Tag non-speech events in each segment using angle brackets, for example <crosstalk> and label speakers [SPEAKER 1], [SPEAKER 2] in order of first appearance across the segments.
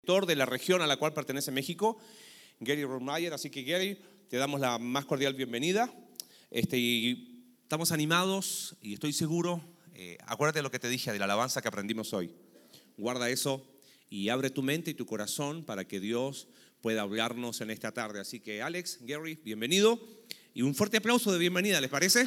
[SPEAKER 1] sector de la región a la cual pertenece México, Gary Rohrmeyer. Así que Gary, te damos la más cordial bienvenida. Este, y estamos animados y estoy seguro, eh, acuérdate de lo que te dije, de la alabanza que aprendimos hoy. Guarda eso y abre tu mente y tu corazón para que Dios pueda hablarnos en esta tarde. Así que Alex, Gary, bienvenido y un fuerte aplauso de bienvenida, ¿les parece?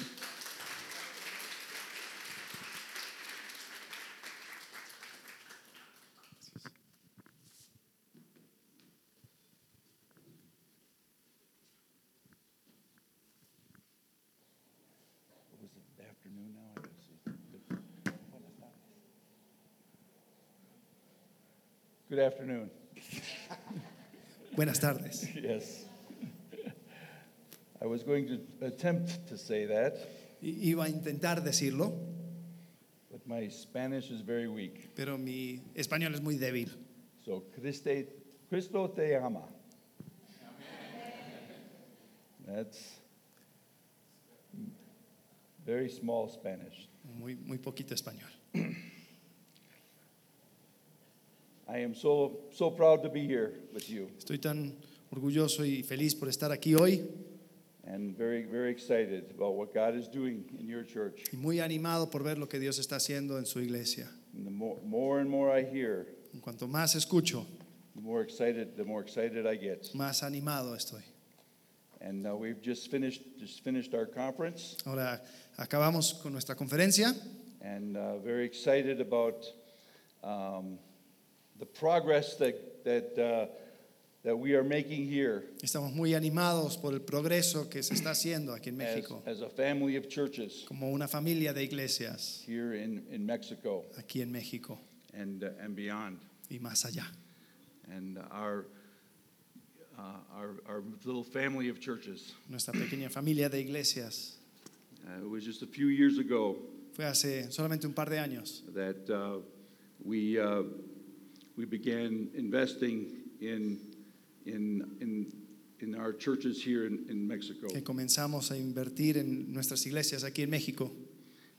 [SPEAKER 2] Good afternoon.
[SPEAKER 3] Buenas tardes.
[SPEAKER 2] Yes. <laughs> I was going to attempt to say that,
[SPEAKER 3] I- Iba a intentar decirlo,
[SPEAKER 2] but my Spanish is very weak.
[SPEAKER 3] pero mi español es muy débil.
[SPEAKER 2] So, Christe, Cristo te ama. That's very small Spanish.
[SPEAKER 3] Muy, muy poquito español.
[SPEAKER 2] I am so, so proud to be here with you
[SPEAKER 3] Estoy tan orgulloso y feliz por estar aquí hoy
[SPEAKER 2] and very, very excited about what God is doing in your church.
[SPEAKER 3] y muy animado por ver lo que Dios está haciendo en su iglesia.
[SPEAKER 2] And the more, more and more I hear,
[SPEAKER 3] En cuanto más escucho,
[SPEAKER 2] the more excited, the more excited I get.
[SPEAKER 3] más animado estoy.
[SPEAKER 2] And uh, we've just finished just finished our conference,
[SPEAKER 3] Ahora acabamos con nuestra conferencia
[SPEAKER 2] and uh, very excited about um, the progress that that uh, that we are making here
[SPEAKER 3] estamos muy animados por el progreso que se está haciendo aquí en
[SPEAKER 2] as,
[SPEAKER 3] México,
[SPEAKER 2] as a family of churches
[SPEAKER 3] como una familia de iglesias
[SPEAKER 2] here in in Mexico
[SPEAKER 3] aquí en México
[SPEAKER 2] and uh, and beyond.
[SPEAKER 3] y más allá.
[SPEAKER 2] And our uh, our our little family of churches.
[SPEAKER 3] Nuestra pequeña familia de iglesias
[SPEAKER 2] Uh, it was just a few years ago
[SPEAKER 3] fue hace solamente un par de años.
[SPEAKER 2] that uh, we, uh, we began investing in, in, in, in our churches here in, in Mexico.
[SPEAKER 3] que comenzamos a invertir en nuestras iglesias aquí en México.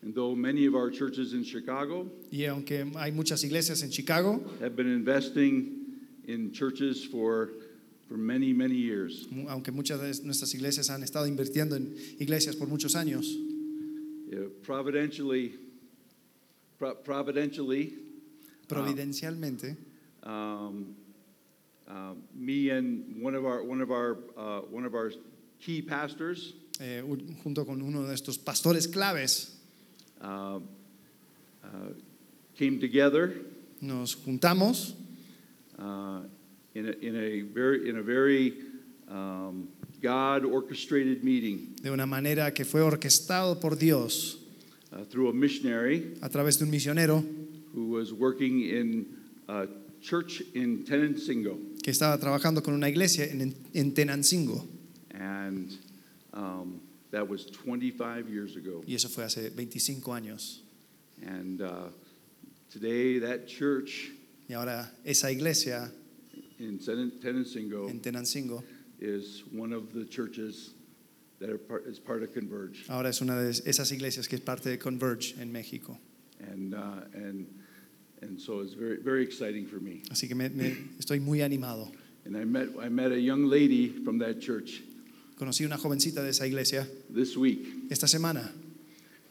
[SPEAKER 2] And though many of our churches in Chicago
[SPEAKER 3] Y aunque hay muchas iglesias en Chicago,
[SPEAKER 2] have been investing in churches for, for many, many years,
[SPEAKER 3] mu- aunque muchas de nuestras iglesias han estado invirtiendo en iglesias por muchos años,
[SPEAKER 2] uh, providentially, pro- providentially,
[SPEAKER 3] providencialmente,
[SPEAKER 2] um, uh, me and one of our, one of our, uh, one of our key pastors,
[SPEAKER 3] eh, un- junto con uno de estos pastores claves,
[SPEAKER 2] uh, uh, came together
[SPEAKER 3] nos juntamos
[SPEAKER 2] uh, in, a, in a very in a very um, God orchestrated meeting
[SPEAKER 3] de una manera que fue orquestado por Dios
[SPEAKER 2] uh, through a missionary
[SPEAKER 3] a través de un misionero
[SPEAKER 2] who was working in a church in Tenancingo,
[SPEAKER 3] que estaba trabajando con una iglesia en, en Tenancingo.
[SPEAKER 2] and um, that was 25 years ago.
[SPEAKER 3] Y eso fue hace 25 años.
[SPEAKER 2] And uh, today, that church
[SPEAKER 3] Y ahora esa iglesia
[SPEAKER 2] in Tenen- Tenancingo
[SPEAKER 3] en Tenancingo
[SPEAKER 2] is one of the churches that are part, is part of Converge.
[SPEAKER 3] Ahora es una de esas iglesias que es parte de Converge en México.
[SPEAKER 2] and uh, and and so it's very very exciting for me.
[SPEAKER 3] Así que me- me- estoy muy animado.
[SPEAKER 2] And I met I met a young lady from that church
[SPEAKER 3] Conocí una jovencita de esa iglesia
[SPEAKER 2] this week
[SPEAKER 3] esta semana,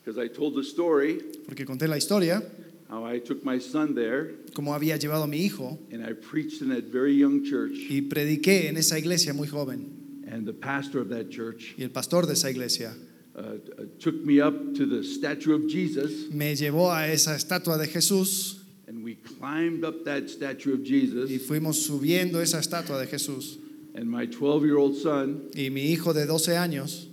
[SPEAKER 2] because I told the story
[SPEAKER 3] porque conté la historia,
[SPEAKER 2] how I took my son there
[SPEAKER 3] cómo había llevado a mi hijo
[SPEAKER 2] and I preached in that very young church.
[SPEAKER 3] y prediqué en esa iglesia muy joven.
[SPEAKER 2] And the pastor of that church
[SPEAKER 3] Y el pastor de esa iglesia
[SPEAKER 2] uh, uh, took me up to the statue of Jesus
[SPEAKER 3] me llevó a esa estatua de Jesús
[SPEAKER 2] and we climbed up that statue of
[SPEAKER 3] y
[SPEAKER 2] Jesus.
[SPEAKER 3] fuimos subiendo esa estatua de Jesús.
[SPEAKER 2] And my 12 year old son
[SPEAKER 3] Y mi hijo de 12 años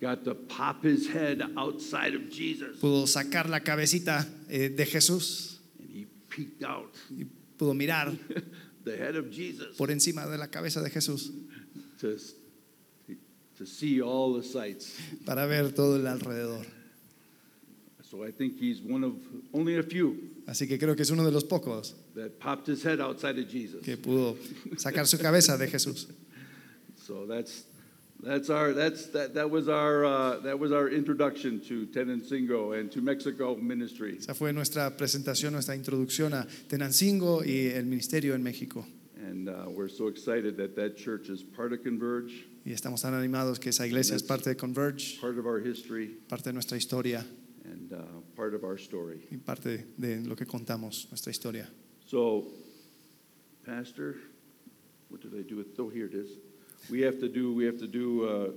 [SPEAKER 2] got to pop his head outside of Jesus
[SPEAKER 3] pudo sacar la cabecita eh, de Jesús
[SPEAKER 2] and he peeked out <laughs>
[SPEAKER 3] y pudo mirar
[SPEAKER 2] the head of Jesus.
[SPEAKER 3] por encima de la cabeza de Jesús
[SPEAKER 2] to, to see all the sights.
[SPEAKER 3] para ver todo el alrededor.
[SPEAKER 2] So I think he's one of only a few
[SPEAKER 3] Así que creo que es uno de los pocos
[SPEAKER 2] that popped his head outside of Jesus.
[SPEAKER 3] que pudo sacar su cabeza de Jesús.
[SPEAKER 2] So that's that's our that's that that was our uh, that was our introduction to Tenancingo and to Mexico ministry.
[SPEAKER 3] Esa fue nuestra presentación, nuestra introducción a Tenancingo y el ministerio en México.
[SPEAKER 2] And uh, we're so excited that that church is part of Converge,
[SPEAKER 3] Y estamos tan animados que esa iglesia es
[SPEAKER 2] That's-
[SPEAKER 3] parte de Converge,
[SPEAKER 2] part of our history,
[SPEAKER 3] parte de nuestra historia
[SPEAKER 2] and uh, part of our story.
[SPEAKER 3] y parte de lo que contamos, nuestra historia.
[SPEAKER 2] So, Pastor, what did I do with? Oh, here it is. We have to do. We have to do uh,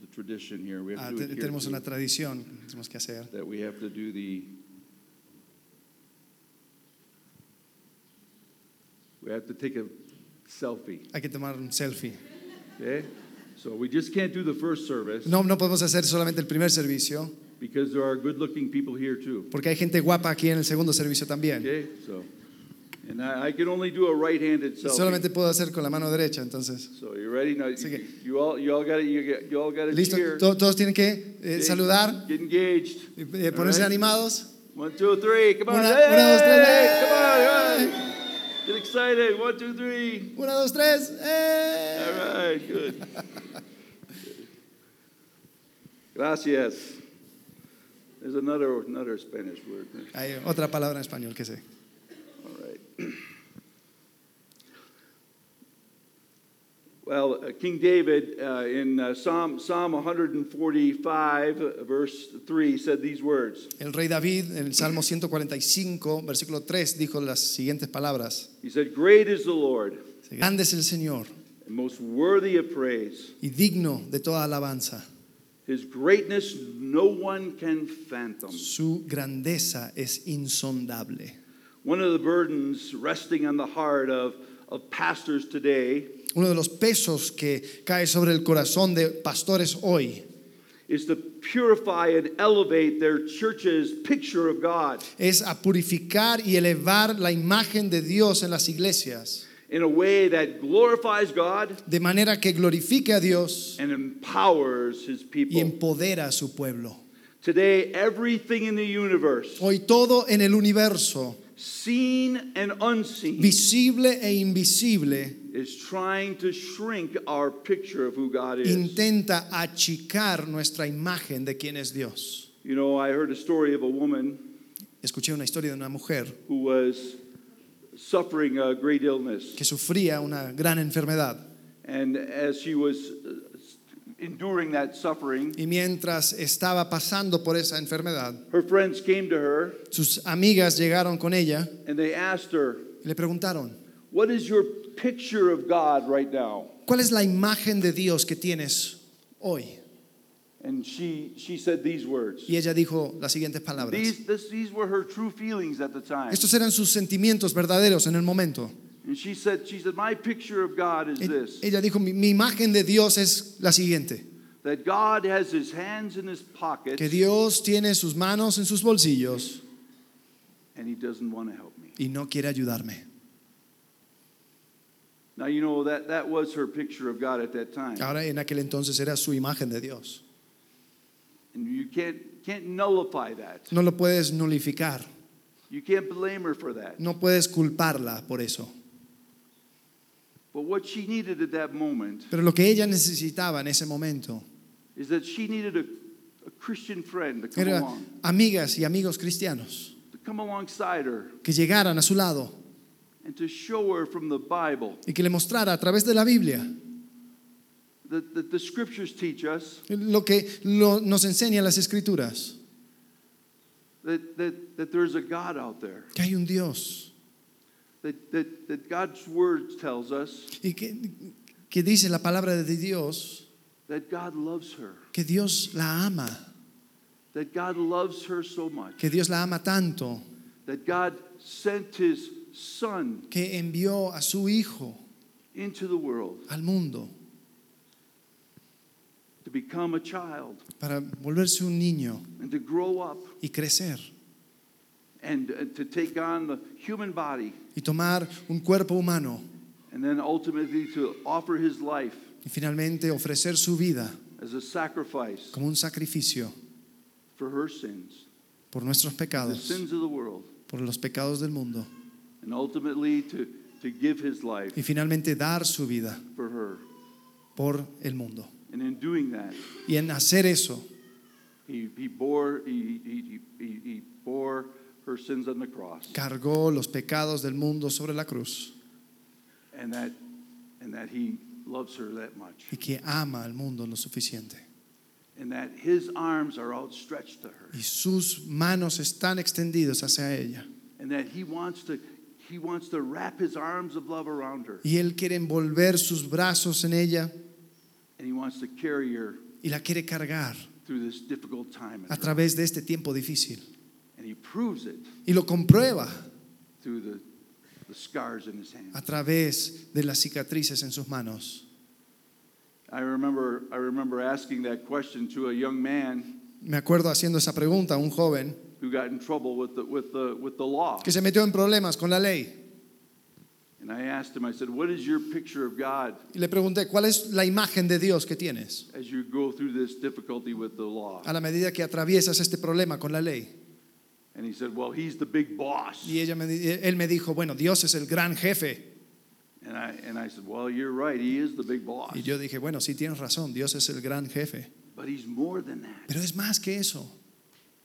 [SPEAKER 2] the tradition here. We have
[SPEAKER 3] Ah,
[SPEAKER 2] to do
[SPEAKER 3] te-
[SPEAKER 2] it here
[SPEAKER 3] tenemos
[SPEAKER 2] too,
[SPEAKER 3] una tradición que tenemos que hacer.
[SPEAKER 2] that we have to do the. We have to take a selfie.
[SPEAKER 3] Hay que tomar un selfie.
[SPEAKER 2] Okay. So we just can't do the first service
[SPEAKER 3] No, no podemos hacer solamente el primer servicio,
[SPEAKER 2] because there are good-looking people here too.
[SPEAKER 3] porque hay gente guapa aquí en el segundo servicio también.
[SPEAKER 2] Okay. So, and I, I can only do a right-handed selfie.
[SPEAKER 3] Solamente puedo hacer con la mano derecha, entonces.
[SPEAKER 2] So you ready now?
[SPEAKER 3] Así
[SPEAKER 2] You,
[SPEAKER 3] que-
[SPEAKER 2] you all, you all got it. You, got- you all got it
[SPEAKER 3] Listo,
[SPEAKER 2] here.
[SPEAKER 3] to- todos tienen que eh, saludar,
[SPEAKER 2] Get engaged.
[SPEAKER 3] eh, ponerse
[SPEAKER 2] Alright.
[SPEAKER 3] animados.
[SPEAKER 2] One, two, three. Come on.
[SPEAKER 3] Una-
[SPEAKER 2] hey,
[SPEAKER 3] una, dos, tres,
[SPEAKER 2] Come on, come on. Get excited. One, two, three.
[SPEAKER 3] Uno, dos, tres. ¡eh!
[SPEAKER 2] All right, good. Gracias. There's another another Spanish word.
[SPEAKER 3] Hay otra palabra en español que sé.
[SPEAKER 2] All right. Well, uh, King David uh, in uh, Psalm Psalm 145 uh, verse 3 said these words.
[SPEAKER 3] El rey David en el Salmo 145, versículo 3, dijo las siguientes palabras.
[SPEAKER 2] He said, "Great is the Lord,
[SPEAKER 3] Grande es el Señor
[SPEAKER 2] and most worthy of praise.
[SPEAKER 3] y digno de toda alabanza.
[SPEAKER 2] His greatness no one can fathom."
[SPEAKER 3] Su grandeza es insondable.
[SPEAKER 2] One of the burdens resting on the heart of, of pastors today
[SPEAKER 3] Uno de los pesos que cae sobre el corazón de pastores hoy
[SPEAKER 2] is to purify and elevate their church's picture of God
[SPEAKER 3] es a purificar y elevar la imagen de Dios en las iglesias,
[SPEAKER 2] in a way that glorifies God
[SPEAKER 3] de manera que glorifique a Dios
[SPEAKER 2] and empowers his
[SPEAKER 3] y
[SPEAKER 2] people.
[SPEAKER 3] empodera a su pueblo.
[SPEAKER 2] Today, everything in the universe,
[SPEAKER 3] Hoy todo en el universo,
[SPEAKER 2] seen and unseen,
[SPEAKER 3] visible e invisible,
[SPEAKER 2] is trying to shrink our picture of who God is.
[SPEAKER 3] intenta achicar nuestra imagen de quién es Dios.
[SPEAKER 2] You know, I heard a story of a woman
[SPEAKER 3] Escuché una historia de una mujer
[SPEAKER 2] who was suffering a great illness.
[SPEAKER 3] que sufría una gran enfermedad
[SPEAKER 2] And as she was uh, enduring that suffering,
[SPEAKER 3] y mientras estaba pasando por esa enfermedad,
[SPEAKER 2] her friends came to her
[SPEAKER 3] sus amigas llegaron con ella
[SPEAKER 2] and they asked her,
[SPEAKER 3] y le preguntaron,
[SPEAKER 2] What is your picture of God right now?
[SPEAKER 3] ¿cuál es la imagen de Dios que tienes hoy?
[SPEAKER 2] And she, she said these words.
[SPEAKER 3] Y ella dijo las siguientes palabras.
[SPEAKER 2] These, this, these were her true feelings at the time.
[SPEAKER 3] Estos eran sus sentimientos verdaderos en el momento.
[SPEAKER 2] And she said, she said, My picture of God is
[SPEAKER 3] E-
[SPEAKER 2] this
[SPEAKER 3] Ella dijo, mi, mi imagen de Dios es la siguiente,
[SPEAKER 2] that God has his hands in his
[SPEAKER 3] que
[SPEAKER 2] pockets
[SPEAKER 3] Dios tiene sus manos en sus bolsillos
[SPEAKER 2] and he doesn't want to help me.
[SPEAKER 3] y no quiere ayudarme.
[SPEAKER 2] Now, you know, that, that was her picture of God at that time.
[SPEAKER 3] Ahora en aquel entonces era su imagen de Dios.
[SPEAKER 2] And you can't, can't nullify that.
[SPEAKER 3] No lo puedes nulificar,
[SPEAKER 2] You can't blame her for that.
[SPEAKER 3] no puedes culparla por eso.
[SPEAKER 2] But what she needed at that moment
[SPEAKER 3] Pero lo que ella necesitaba en ese momento
[SPEAKER 2] is that she needed a, a Christian friend to come
[SPEAKER 3] era
[SPEAKER 2] along,
[SPEAKER 3] amigas y amigos cristianos
[SPEAKER 2] to come alongside her
[SPEAKER 3] que llegaran a su lado
[SPEAKER 2] and to show her from the Bible
[SPEAKER 3] y que le mostrara a través de la Biblia
[SPEAKER 2] that, that the scriptures teach us
[SPEAKER 3] lo que lo- nos enseñan las escrituras,
[SPEAKER 2] that, that, that there's a God out there,
[SPEAKER 3] que hay un Dios
[SPEAKER 2] that, that, that God's word tells us
[SPEAKER 3] y que, que dice la palabra de Dios
[SPEAKER 2] that God loves her,
[SPEAKER 3] que Dios la ama,
[SPEAKER 2] that God loves her so much,
[SPEAKER 3] que Dios la ama tanto,
[SPEAKER 2] that God sent his son
[SPEAKER 3] que envió a su Hijo
[SPEAKER 2] into the world
[SPEAKER 3] al mundo
[SPEAKER 2] to become a child
[SPEAKER 3] para volverse un niño
[SPEAKER 2] and to grow up
[SPEAKER 3] y crecer
[SPEAKER 2] and uh, to take on the human body
[SPEAKER 3] y tomar un cuerpo humano
[SPEAKER 2] and then ultimately to offer his life
[SPEAKER 3] y finalmente ofrecer su vida
[SPEAKER 2] as a sacrifice
[SPEAKER 3] como un sacrificio
[SPEAKER 2] for her sins,
[SPEAKER 3] por nuestros
[SPEAKER 2] the
[SPEAKER 3] pecados,
[SPEAKER 2] sins of the world,
[SPEAKER 3] por los pecados del mundo
[SPEAKER 2] and ultimately to, to give his life
[SPEAKER 3] y finalmente dar su vida
[SPEAKER 2] for her.
[SPEAKER 3] por el mundo.
[SPEAKER 2] And in doing that,
[SPEAKER 3] Y en hacer eso,
[SPEAKER 2] he, he, bore, he, he, he, he bore her sins on the cross.
[SPEAKER 3] cargó los pecados del mundo sobre la cruz
[SPEAKER 2] and that, and that he loves her that much,
[SPEAKER 3] y que ama al mundo lo suficiente.
[SPEAKER 2] and that his arms are outstretched to her,
[SPEAKER 3] Y sus manos están extendidas hacia ella.
[SPEAKER 2] and that he wants to, he wants to wrap his arms of love around her,
[SPEAKER 3] Y Él quiere envolver sus brazos en ella
[SPEAKER 2] and he wants to carry her
[SPEAKER 3] y la quiere cargar
[SPEAKER 2] through this difficult time. in
[SPEAKER 3] a
[SPEAKER 2] her
[SPEAKER 3] través de este tiempo difícil.
[SPEAKER 2] And he proves it
[SPEAKER 3] Y lo comprueba
[SPEAKER 2] through the, the scars in his hand.
[SPEAKER 3] a través de las cicatrices en sus manos.
[SPEAKER 2] I remember, I remember asking that question to a young man
[SPEAKER 3] Me acuerdo haciendo esa pregunta a un joven
[SPEAKER 2] who got in trouble with the, with the, with the law.
[SPEAKER 3] que se metió en problemas con la ley.
[SPEAKER 2] And I asked him, I said, What is your picture of God
[SPEAKER 3] Y le pregunté, ¿cuál es la imagen de Dios que tienes
[SPEAKER 2] as you go through this difficulty with the law?
[SPEAKER 3] a la medida que atraviesas este problema con la ley?
[SPEAKER 2] And he said, Well, he's the big boss.
[SPEAKER 3] Y ella me di- él me dijo, bueno, Dios es el gran jefe.
[SPEAKER 2] And, I, and I said, Well, you're right. He is the big boss.
[SPEAKER 3] Y yo dije, bueno, sí tienes razón, Dios es el gran jefe.
[SPEAKER 2] But he's more than that.
[SPEAKER 3] Pero es más que eso.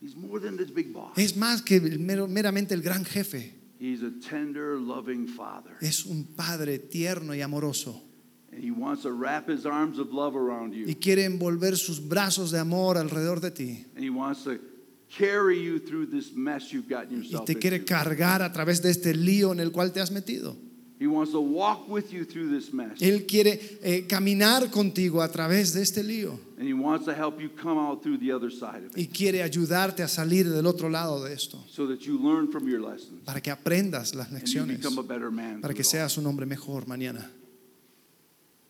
[SPEAKER 2] He's more than this big boss.
[SPEAKER 3] Es más que el mero- meramente el gran jefe.
[SPEAKER 2] He's a tender, loving father.
[SPEAKER 3] Es un padre tierno y amoroso.
[SPEAKER 2] And he wants to wrap his arms of love around
[SPEAKER 3] Y
[SPEAKER 2] you.
[SPEAKER 3] quiere envolver sus brazos de amor alrededor de ti.
[SPEAKER 2] And he wants to carry you through this mess you've gotten
[SPEAKER 3] Y
[SPEAKER 2] yourself
[SPEAKER 3] te quiere
[SPEAKER 2] into.
[SPEAKER 3] cargar a través de este lío en el cual te has metido.
[SPEAKER 2] He wants to walk with you through this mess.
[SPEAKER 3] Él quiere eh, caminar contigo a través de este lío.
[SPEAKER 2] And he wants to help you come out through the other side of it
[SPEAKER 3] Y quiere ayudarte a salir del otro lado de esto.
[SPEAKER 2] so that you learn from your lessons
[SPEAKER 3] Para que aprendas las
[SPEAKER 2] and you
[SPEAKER 3] lecciones.
[SPEAKER 2] become a better man.
[SPEAKER 3] Para
[SPEAKER 2] through
[SPEAKER 3] que
[SPEAKER 2] it all.
[SPEAKER 3] seas un hombre mejor mañana.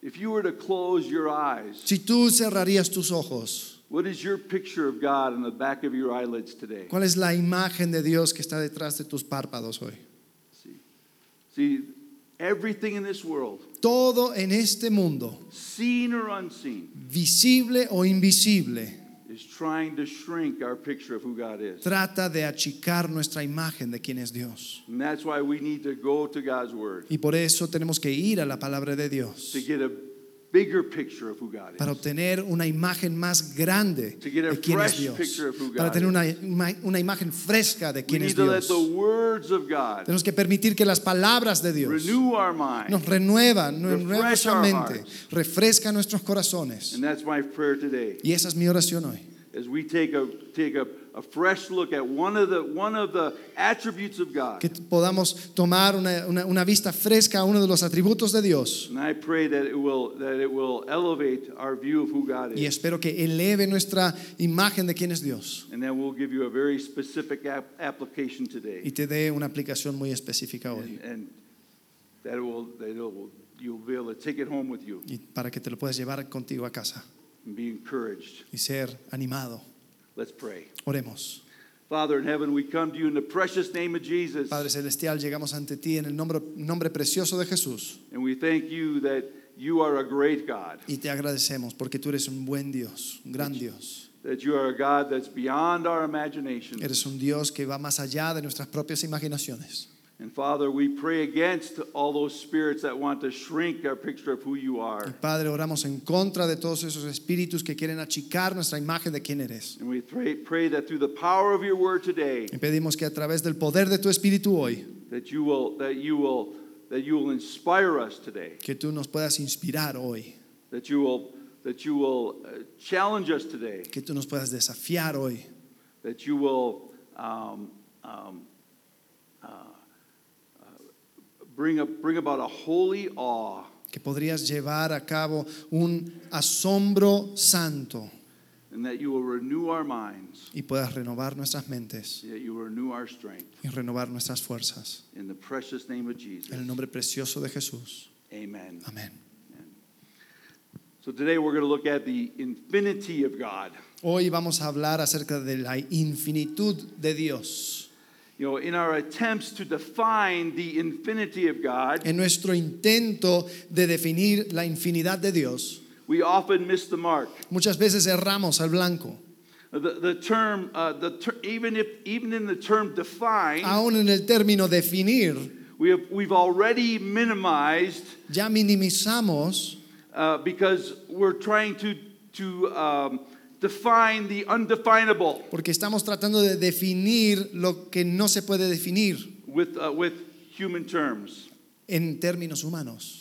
[SPEAKER 2] If you were to close your eyes,
[SPEAKER 3] Si tú cerrarías tus ojos,
[SPEAKER 2] what is your picture of God on the back of your eyelids today?
[SPEAKER 3] ¿cuál es la imagen de Dios que está detrás de tus párpados hoy?
[SPEAKER 2] See, see, everything in this world,
[SPEAKER 3] Todo en este mundo
[SPEAKER 2] seen or unseen,
[SPEAKER 3] visible o invisible,
[SPEAKER 2] is trying to shrink our picture of who God is.
[SPEAKER 3] trata de achicar nuestra imagen de quién es Dios.
[SPEAKER 2] And that's why we need to go to God's Word
[SPEAKER 3] Y por eso tenemos que ir a la palabra de Dios
[SPEAKER 2] to get a bigger picture of who God
[SPEAKER 3] para
[SPEAKER 2] is.
[SPEAKER 3] obtener una imagen más grande
[SPEAKER 2] To get a
[SPEAKER 3] de quién es
[SPEAKER 2] fresh
[SPEAKER 3] Dios,
[SPEAKER 2] picture of who God
[SPEAKER 3] para tener una,
[SPEAKER 2] is.
[SPEAKER 3] ima- una imagen fresca de
[SPEAKER 2] We
[SPEAKER 3] quién es
[SPEAKER 2] need to let
[SPEAKER 3] Dios.
[SPEAKER 2] the words of God
[SPEAKER 3] Tenemos que permitir que las palabras de Dios
[SPEAKER 2] renew our
[SPEAKER 3] nos
[SPEAKER 2] mind.
[SPEAKER 3] renuevan, nos renuevan
[SPEAKER 2] Refresh
[SPEAKER 3] nuestra
[SPEAKER 2] our
[SPEAKER 3] mente,
[SPEAKER 2] hearts.
[SPEAKER 3] refresca nuestros corazones.
[SPEAKER 2] And that's my prayer today.
[SPEAKER 3] Y esa es mi oración hoy.
[SPEAKER 2] As we take a take a, a fresh look at one of the one of the attributes of God.
[SPEAKER 3] Que t- podamos tomar una- una- una vista fresca a uno de los atributos de Dios
[SPEAKER 2] And I pray that it will that it will elevate our view of who God
[SPEAKER 3] Y
[SPEAKER 2] is.
[SPEAKER 3] espero que eleve nuestra imagen de quién es Dios
[SPEAKER 2] And that will give you a very specific ap- application today.
[SPEAKER 3] y te dé una aplicación muy específica hoy
[SPEAKER 2] And, and that it will that it will you'll be able to take it home with you
[SPEAKER 3] y para que te lo puedas llevar contigo a casa
[SPEAKER 2] and be encouraged.
[SPEAKER 3] y ser animado.
[SPEAKER 2] Let's pray.
[SPEAKER 3] Oremos.
[SPEAKER 2] Father in heaven, we come to you in the precious name of Jesus.
[SPEAKER 3] Padre Celestial, llegamos ante ti en el nombre, nombre precioso de Jesús
[SPEAKER 2] And we thank you that you are a great God,
[SPEAKER 3] y te agradecemos porque tú eres un buen Dios, un gran Dios.
[SPEAKER 2] that you are a God that's beyond our imagination.
[SPEAKER 3] Eres un Dios que va más allá de nuestras propias imaginaciones.
[SPEAKER 2] And Father, we pray against all those spirits that want to shrink our picture of who you
[SPEAKER 3] Y
[SPEAKER 2] are.
[SPEAKER 3] Padre, oramos en contra de todos esos espíritus que quieren achicar nuestra imagen de quién eres.
[SPEAKER 2] And we pray, pray that through the power of your word today,
[SPEAKER 3] Y pedimos que a través del poder de tu espíritu hoy
[SPEAKER 2] that you will that you will that you will inspire us today,
[SPEAKER 3] que tú nos puedas inspirar hoy,
[SPEAKER 2] that you will that you will uh, challenge us today,
[SPEAKER 3] que tú nos puedas desafiar hoy,
[SPEAKER 2] that you will um, um, uh, uh, bring up bring about a holy awe
[SPEAKER 3] que podrías llevar a cabo un asombro santo
[SPEAKER 2] and that you will renew our minds,
[SPEAKER 3] y puedas renovar nuestras mentes
[SPEAKER 2] that you will renew our strength
[SPEAKER 3] y renovar nuestras fuerzas.
[SPEAKER 2] in the precious name of
[SPEAKER 3] En el
[SPEAKER 2] Jesus.
[SPEAKER 3] nombre precioso de Jesús.
[SPEAKER 2] Amen.
[SPEAKER 3] Amén.
[SPEAKER 2] So today we're going to look at the infinity of God.
[SPEAKER 3] Hoy vamos a hablar acerca de la infinitud de Dios.
[SPEAKER 2] You know, in our attempts to define the infinity of God,
[SPEAKER 3] En nuestro intento de definir la infinidad de Dios,
[SPEAKER 2] we often miss the mark.
[SPEAKER 3] muchas veces erramos al blanco.
[SPEAKER 2] The, the term, uh, the ter- even if even in the term define,
[SPEAKER 3] Aún en el término definir,
[SPEAKER 2] we have we've already minimized
[SPEAKER 3] ya minimizamos
[SPEAKER 2] uh, because we're trying to to um, define the undefinable
[SPEAKER 3] Porque estamos tratando de definir lo que no se puede definir
[SPEAKER 2] with uh, with human terms.
[SPEAKER 3] en términos humanos.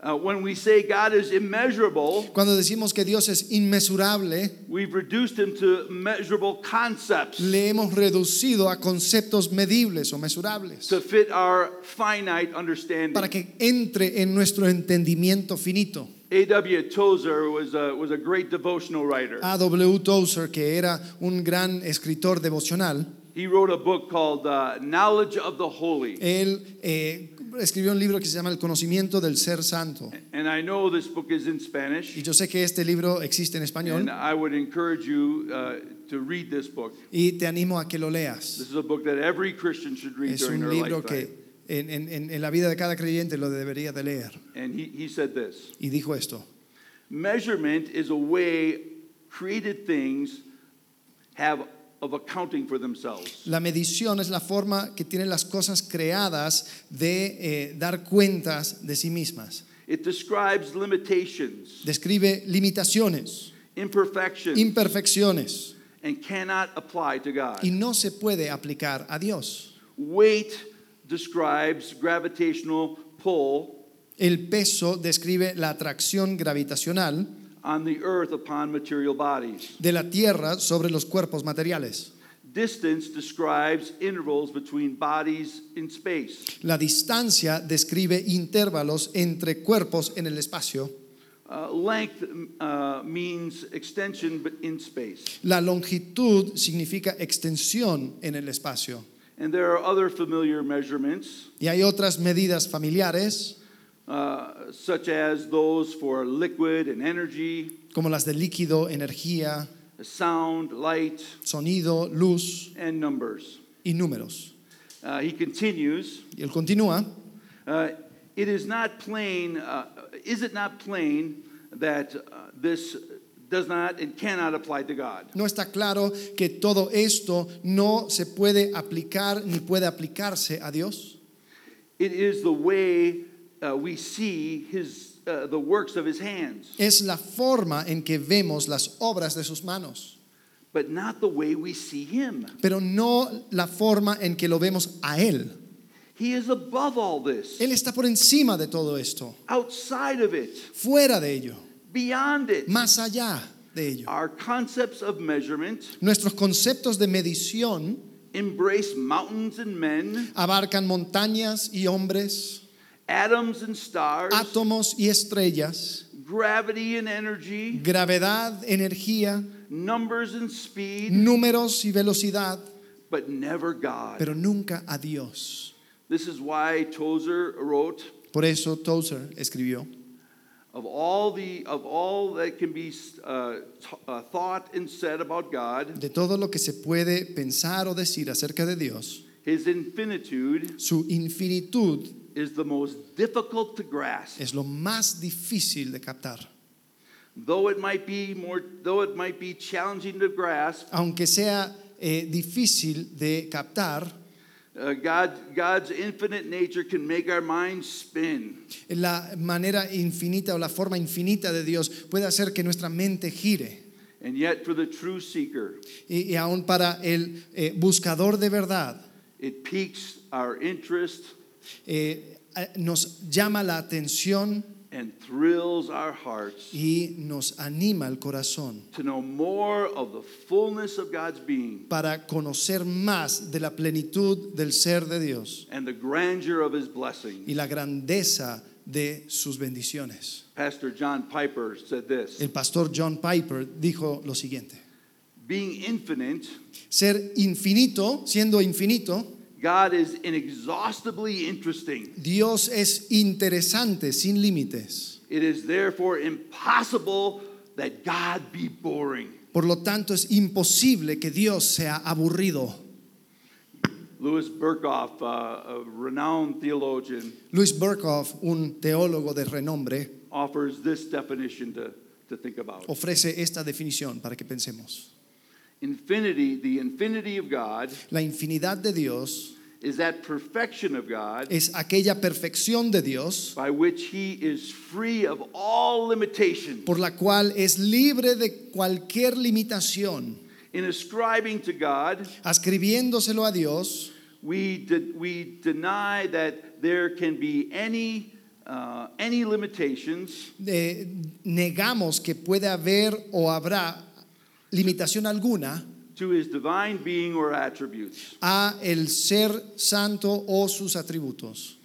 [SPEAKER 2] Uh, when we say God is immeasurable,
[SPEAKER 3] Cuando decimos que Dios es inmesurable,
[SPEAKER 2] we've reduced him to measurable concepts
[SPEAKER 3] le hemos reducido a conceptos medibles o mesurables
[SPEAKER 2] to fit our finite understanding.
[SPEAKER 3] para que entre en nuestro entendimiento finito.
[SPEAKER 2] A.W. Tozer was a, was a great devotional writer.
[SPEAKER 3] Uh, A.W. Tozer, que era un gran escritor devocional,
[SPEAKER 2] He wrote a book called uh, Knowledge of the Holy.
[SPEAKER 3] él eh, escribió un libro que se llama El conocimiento del ser santo.
[SPEAKER 2] And I know this book is in
[SPEAKER 3] Y
[SPEAKER 2] Spanish,
[SPEAKER 3] yo sé que este libro existe en español
[SPEAKER 2] and I would encourage you uh, to read this book.
[SPEAKER 3] y te animo a que lo leas.
[SPEAKER 2] This is a book that every Christian should read
[SPEAKER 3] Es
[SPEAKER 2] during
[SPEAKER 3] un
[SPEAKER 2] their
[SPEAKER 3] libro
[SPEAKER 2] lifetime.
[SPEAKER 3] que en, en- en- en la vida de cada creyente lo debería de leer.
[SPEAKER 2] And he, he said this
[SPEAKER 3] Y dijo esto,
[SPEAKER 2] Measurement is a way created things have of accounting for themselves.
[SPEAKER 3] la medición es la forma que tienen las cosas creadas de eh, dar cuentas de sí mismas.
[SPEAKER 2] It describes limitations,
[SPEAKER 3] Describe limitaciones,
[SPEAKER 2] imperfections,
[SPEAKER 3] imperfecciones
[SPEAKER 2] and cannot apply to God.
[SPEAKER 3] y no se puede aplicar a Dios.
[SPEAKER 2] Weight describes gravitational pull
[SPEAKER 3] El peso describe la atracción gravitacional
[SPEAKER 2] on the earth upon material bodies.
[SPEAKER 3] de la Tierra sobre los cuerpos materiales.
[SPEAKER 2] Distance describes intervals between bodies in space.
[SPEAKER 3] La distancia describe intervalos entre cuerpos en el espacio.
[SPEAKER 2] Uh, length uh, means extension but in space.
[SPEAKER 3] La longitud significa extensión en el espacio.
[SPEAKER 2] And there are other familiar measurements,
[SPEAKER 3] Y hay otras medidas familiares,
[SPEAKER 2] uh, such as those for liquid and energy,
[SPEAKER 3] como las de líquido, energía,
[SPEAKER 2] sound, light,
[SPEAKER 3] sonido, luz
[SPEAKER 2] and numbers.
[SPEAKER 3] y números.
[SPEAKER 2] Uh, he continues.
[SPEAKER 3] Y él continúa,
[SPEAKER 2] Uh, it is not plain, uh, is it not plain that uh, this does not and cannot apply to God?
[SPEAKER 3] no está claro que todo esto no se puede aplicar ni puede aplicarse a Dios.
[SPEAKER 2] It is the way uh, we see his, uh, the works of his hands,
[SPEAKER 3] Es la forma en que vemos las obras de sus manos,
[SPEAKER 2] but not the way we see him.
[SPEAKER 3] pero no la forma en que lo vemos a Él.
[SPEAKER 2] He is above all this,
[SPEAKER 3] Él está por encima de todo esto,
[SPEAKER 2] outside of it,
[SPEAKER 3] fuera de ello,
[SPEAKER 2] beyond it.
[SPEAKER 3] más allá de ello.
[SPEAKER 2] Our concepts of measurement
[SPEAKER 3] Nuestros conceptos de medición
[SPEAKER 2] embrace mountains and men,
[SPEAKER 3] abarcan montañas y hombres,
[SPEAKER 2] atoms and stars,
[SPEAKER 3] átomos y estrellas,
[SPEAKER 2] gravity and energy,
[SPEAKER 3] gravedad, energía,
[SPEAKER 2] numbers and speed.
[SPEAKER 3] Mm. números y velocidad,
[SPEAKER 2] but never God.
[SPEAKER 3] pero nunca a Dios.
[SPEAKER 2] This is why Tozer wrote
[SPEAKER 3] Por eso Tozer escribió,
[SPEAKER 2] of all the of all that can be uh, t- uh, thought and said about God,
[SPEAKER 3] de todo lo que se puede pensar o decir acerca de Dios,
[SPEAKER 2] His infinitude
[SPEAKER 3] su infinitud
[SPEAKER 2] is the most difficult to grasp.
[SPEAKER 3] es lo más difícil de captar.
[SPEAKER 2] Though it might be more, though it might be challenging to grasp,
[SPEAKER 3] Aunque sea eh, difícil de captar,
[SPEAKER 2] uh, God God's infinite nature can make our minds spin.
[SPEAKER 3] la manera infinita o la forma infinita de Dios puede hacer que nuestra mente gire.
[SPEAKER 2] And yet, for the true seeker,
[SPEAKER 3] Y, y aún para el eh, buscador de verdad,
[SPEAKER 2] it piques our interest
[SPEAKER 3] eh, a- nos llama la atención
[SPEAKER 2] and thrills our hearts
[SPEAKER 3] y nos anima el corazón
[SPEAKER 2] to know more of the fullness of God's being.
[SPEAKER 3] para conocer más de la plenitud del ser de Dios
[SPEAKER 2] and the grandeur of his blessing.
[SPEAKER 3] y la grandeza de sus bendiciones.
[SPEAKER 2] Pastor John Piper said this
[SPEAKER 3] El pastor John Piper dijo lo siguiente,
[SPEAKER 2] Being infinite,
[SPEAKER 3] ser infinito, siendo infinito,
[SPEAKER 2] God is inexhaustibly interesting.
[SPEAKER 3] Dios es interesante, sin límites.
[SPEAKER 2] It is therefore impossible that God be boring.
[SPEAKER 3] Por lo tanto, es imposible que Dios sea aburrido.
[SPEAKER 2] Louis Burkhoff, uh, a renowned theologian,
[SPEAKER 3] Luis Burkhoff, un teólogo de renombre,
[SPEAKER 2] offers this definition to, to think about.
[SPEAKER 3] ofrece esta definición para que pensemos.
[SPEAKER 2] Infinity, the infinity of God,
[SPEAKER 3] La infinidad de Dios
[SPEAKER 2] is that perfection of God
[SPEAKER 3] es aquella perfección de Dios
[SPEAKER 2] by which he is free of all limitation.
[SPEAKER 3] por la cual es libre de cualquier limitación.
[SPEAKER 2] In ascribing to God
[SPEAKER 3] Ascribiéndoselo a Dios,
[SPEAKER 2] we, de- we deny that there can be any, uh, any limitations
[SPEAKER 3] Eh, negamos que puede haber o habrá limitación alguna
[SPEAKER 2] to his divine being or attributes.
[SPEAKER 3] a el ser santo o sus atributos.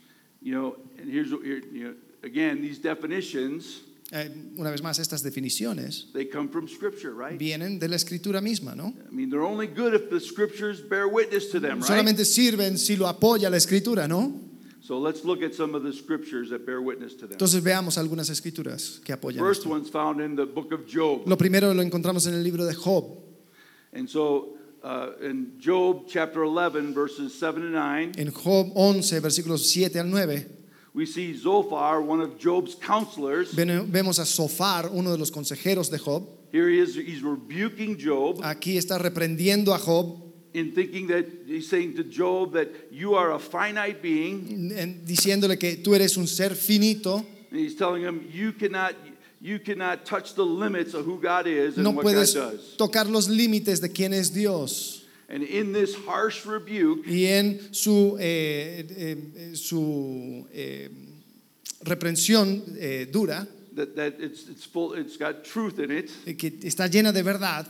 [SPEAKER 2] You know, and here's what- here, you know, again, these definitions,
[SPEAKER 3] Eh, una vez más, estas definiciones
[SPEAKER 2] they come from Scripture, right?
[SPEAKER 3] vienen de la escritura misma, ¿no?
[SPEAKER 2] I mean, they're only good if the Scriptures bear witness to them, right?
[SPEAKER 3] Solamente sirven si lo apoya la escritura, ¿no?
[SPEAKER 2] So let's look at some of the Scriptures that bear witness to them.
[SPEAKER 3] Entonces veamos algunas escrituras que apoyan.
[SPEAKER 2] First
[SPEAKER 3] esto.
[SPEAKER 2] one's found in the book of Job.
[SPEAKER 3] Lo primero lo encontramos en el libro de Job,
[SPEAKER 2] And so uh, in Job chapter 11, verses 7 and 9,
[SPEAKER 3] en Job 11, versículos 7 al 9.
[SPEAKER 2] we see Zophar, one of Job's counselors.
[SPEAKER 3] ven- Vemos a Sofar, uno de los consejeros de Job.
[SPEAKER 2] Here he is, he's rebuking Job
[SPEAKER 3] Aquí está reprendiendo a Job,
[SPEAKER 2] in thinking that he's saying to Job that you are a finite being.
[SPEAKER 3] en- diciéndole que tú eres un ser finito,
[SPEAKER 2] And he's telling him, you cannot, you cannot touch the limits of who God is and
[SPEAKER 3] no
[SPEAKER 2] what God
[SPEAKER 3] puedes
[SPEAKER 2] does.
[SPEAKER 3] tocar los límites de quién es Dios.
[SPEAKER 2] And in this harsh rebuke,
[SPEAKER 3] Y en su, eh, eh, eh, su eh, reprensión eh, dura,
[SPEAKER 2] that, that it's, it's full, it's got truth in it,
[SPEAKER 3] eh, que está llena de verdad,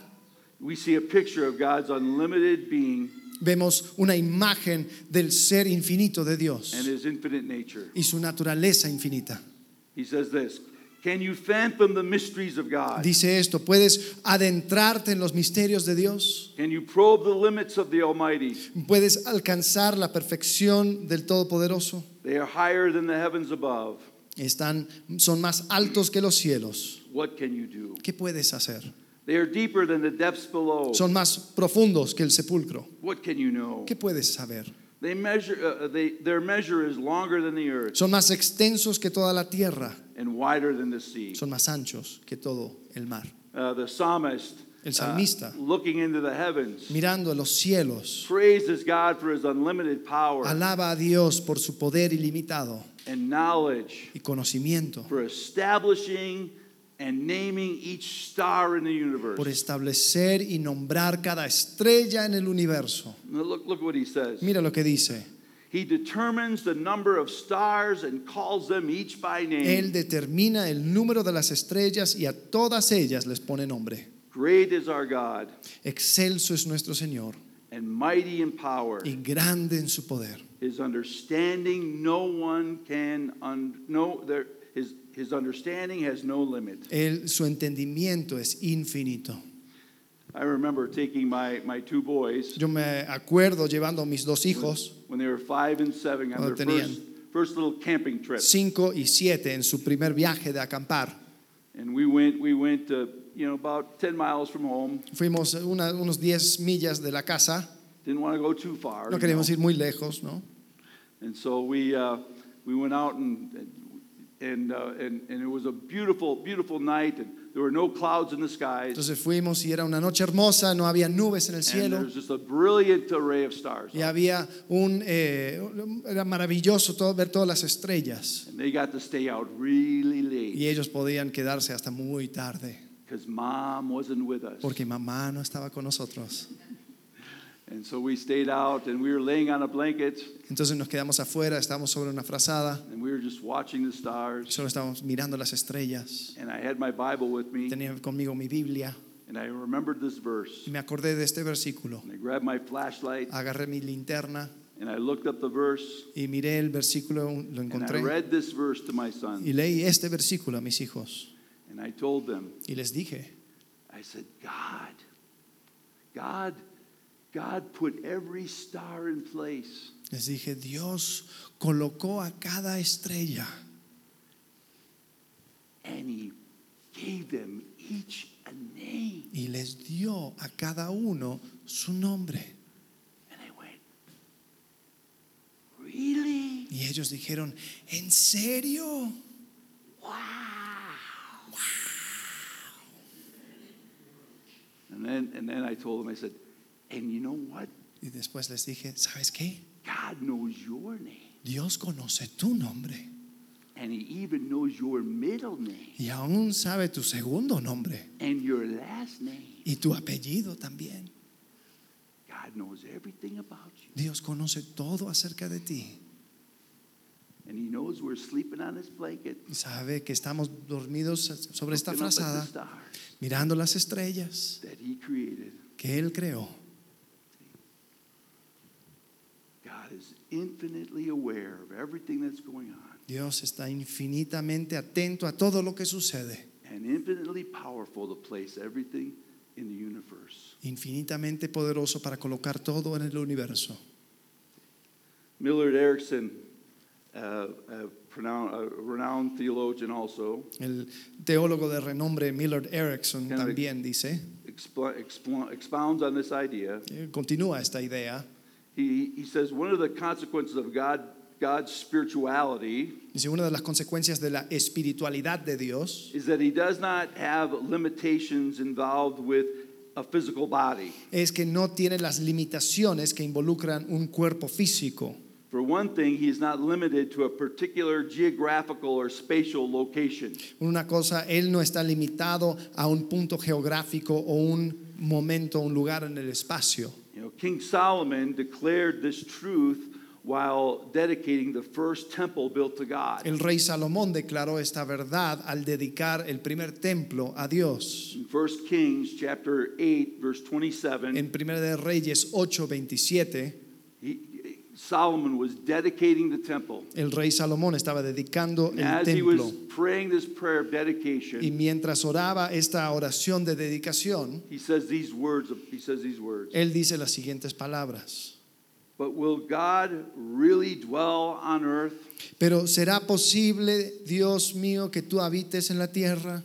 [SPEAKER 2] we see a picture of God's unlimited being
[SPEAKER 3] vemos una imagen del ser infinito de Dios
[SPEAKER 2] and his infinite nature.
[SPEAKER 3] y su naturaleza infinita.
[SPEAKER 2] He says this Can you fathom the mysteries of God?
[SPEAKER 3] Dice esto, puedes adentrarte en los misterios de Dios,
[SPEAKER 2] Can you probe the limits of the Almighty?
[SPEAKER 3] puedes alcanzar la perfección del Todopoderoso,
[SPEAKER 2] They are higher than the heavens above.
[SPEAKER 3] Están, son más altos que los cielos.
[SPEAKER 2] What can you do?
[SPEAKER 3] ¿Qué puedes hacer?
[SPEAKER 2] They are deeper than the depths below.
[SPEAKER 3] Son más profundos que el sepulcro.
[SPEAKER 2] What can you know?
[SPEAKER 3] ¿Qué puedes saber?
[SPEAKER 2] They measure, uh, they, their measure is longer than the earth
[SPEAKER 3] Son más extensos que toda la tierra,
[SPEAKER 2] and wider than the sea.
[SPEAKER 3] son más anchos que todo el mar.
[SPEAKER 2] Uh, the psalmist, uh,
[SPEAKER 3] El salmista.
[SPEAKER 2] looking into the heavens,
[SPEAKER 3] Mirando a los cielos,
[SPEAKER 2] praises God for his unlimited power
[SPEAKER 3] alaba a Dios por su poder ilimitado
[SPEAKER 2] and knowledge
[SPEAKER 3] y conocimiento,
[SPEAKER 2] for establishing and naming each star in the universe.
[SPEAKER 3] por establecer y nombrar cada estrella en el universo.
[SPEAKER 2] Now Look, look what he says.
[SPEAKER 3] Mira lo que dice.
[SPEAKER 2] He determines the number of stars and calls them each by name.
[SPEAKER 3] Él determina el número de las estrellas y a todas ellas les pone nombre.
[SPEAKER 2] Great is our God
[SPEAKER 3] Excelso es nuestro Señor
[SPEAKER 2] and mighty in power.
[SPEAKER 3] y grande en su poder.
[SPEAKER 2] His understanding no one can un, no there his his understanding has no limit.
[SPEAKER 3] Él, su entendimiento es infinito.
[SPEAKER 2] I remember taking my my two boys
[SPEAKER 3] Yo me acuerdo llevando a mis dos hijos,
[SPEAKER 2] when they were 5 and 7 on
[SPEAKER 3] Cuando
[SPEAKER 2] their first first little camping trip.
[SPEAKER 3] cinco y siete, en su primer viaje de acampar.
[SPEAKER 2] And we went we went to, you know, about 10 miles from home.
[SPEAKER 3] Fuimos una- unos 10 millas de la casa,
[SPEAKER 2] Didn't want to go too far.
[SPEAKER 3] no
[SPEAKER 2] you know.
[SPEAKER 3] queríamos ir muy lejos, ¿no?
[SPEAKER 2] And so we, uh, we went out and, and, uh, and, and it was a beautiful, beautiful night and there were no clouds in the skies.
[SPEAKER 3] Entonces fuimos y era una noche hermosa, no había nubes en el
[SPEAKER 2] And there
[SPEAKER 3] cielo
[SPEAKER 2] was just a brilliant array of stars.
[SPEAKER 3] y había un, eh, era maravilloso todo, ver todas las estrellas
[SPEAKER 2] And they got to stay out really
[SPEAKER 3] y
[SPEAKER 2] late
[SPEAKER 3] ellos podían quedarse hasta muy tarde
[SPEAKER 2] because mom wasn't with us.
[SPEAKER 3] porque mamá no estaba con nosotros.
[SPEAKER 2] And so we stayed out and we were laying on a blanket
[SPEAKER 3] Entonces nos quedamos afuera, estábamos sobre una frazada,
[SPEAKER 2] and we were just watching the stars.
[SPEAKER 3] solo estábamos mirando las estrellas.
[SPEAKER 2] And I had my Bible with me
[SPEAKER 3] Tenía conmigo mi Biblia
[SPEAKER 2] and I remembered this
[SPEAKER 3] y
[SPEAKER 2] verse.
[SPEAKER 3] me acordé de este versículo.
[SPEAKER 2] And I grabbed my flashlight
[SPEAKER 3] Agarré mi linterna
[SPEAKER 2] and I looked up the verse
[SPEAKER 3] y miré el versículo, lo
[SPEAKER 2] and I
[SPEAKER 3] encontré
[SPEAKER 2] read this verse to my son.
[SPEAKER 3] y leí este versículo a mis hijos
[SPEAKER 2] And I told them,
[SPEAKER 3] y les dije,
[SPEAKER 2] I said, God, God, God put every star in place.
[SPEAKER 3] les dije, Dios colocó a cada estrella
[SPEAKER 2] And he gave them each a name.
[SPEAKER 3] y les dio a cada uno su nombre.
[SPEAKER 2] And I went, Really?
[SPEAKER 3] Y ellos dijeron, ¿en serio?
[SPEAKER 2] And then and then I told him, I said, and you know what?
[SPEAKER 3] Y después les dije, ¿sabes qué?
[SPEAKER 2] God knows your name.
[SPEAKER 3] Dios conoce tu nombre
[SPEAKER 2] And he even knows your middle name
[SPEAKER 3] y aún sabe tu segundo nombre
[SPEAKER 2] and your last name.
[SPEAKER 3] y tu apellido también.
[SPEAKER 2] God God knows everything about you.
[SPEAKER 3] Dios conoce todo acerca de ti
[SPEAKER 2] And he knows we're sleeping on his blanket.
[SPEAKER 3] y sabe que estamos dormidos sobre esta
[SPEAKER 2] looking up at
[SPEAKER 3] frazada,
[SPEAKER 2] the stars
[SPEAKER 3] mirando las estrellas
[SPEAKER 2] that he created.
[SPEAKER 3] que Él creó.
[SPEAKER 2] God is infinitely aware of everything that's going on
[SPEAKER 3] Dios está infinitamente atento a todo lo que sucede,
[SPEAKER 2] and infinitely powerful to place everything in the universe.
[SPEAKER 3] infinitamente poderoso para colocar todo en el universo.
[SPEAKER 2] Millard Erickson, uh, a, pronoun- a renowned theologian also,
[SPEAKER 3] El teólogo de renombre Millard Erickson
[SPEAKER 2] Henry.
[SPEAKER 3] también dice,
[SPEAKER 2] expl- expl- expounds on this idea.
[SPEAKER 3] eh, continúa esta idea,
[SPEAKER 2] He, he says one of the consequences of God, God's spirituality
[SPEAKER 3] dice, una de las consecuencias de la espiritualidad de Dios
[SPEAKER 2] is that he does not have limitations involved with a physical body.
[SPEAKER 3] es que no tiene las limitaciones que involucran un cuerpo físico.
[SPEAKER 2] For one thing, he is not limited to a particular geographical or spatial location.
[SPEAKER 3] Una cosa, Él no está limitado a un punto geográfico o un momento, un lugar en el espacio.
[SPEAKER 2] You know, King Solomon declared this truth while dedicating the first temple built to God.
[SPEAKER 3] El rey Salomón declaró esta verdad al dedicar el primer templo a Dios.
[SPEAKER 2] In 1 Kings chapter 8 verse 27,
[SPEAKER 3] En 1 de Reyes 8:27,
[SPEAKER 2] he, Solomon was dedicating the temple.
[SPEAKER 3] el rey Salomón estaba dedicando
[SPEAKER 2] And
[SPEAKER 3] el
[SPEAKER 2] as he was
[SPEAKER 3] templo
[SPEAKER 2] praying this prayer of
[SPEAKER 3] y
[SPEAKER 2] dedication,
[SPEAKER 3] mientras oraba esta oración de dedicación,
[SPEAKER 2] he says these words, he says these words.
[SPEAKER 3] él dice las siguientes palabras:
[SPEAKER 2] But will God really dwell on earth?
[SPEAKER 3] Pero será posible, Dios mío, que tú habites en la tierra?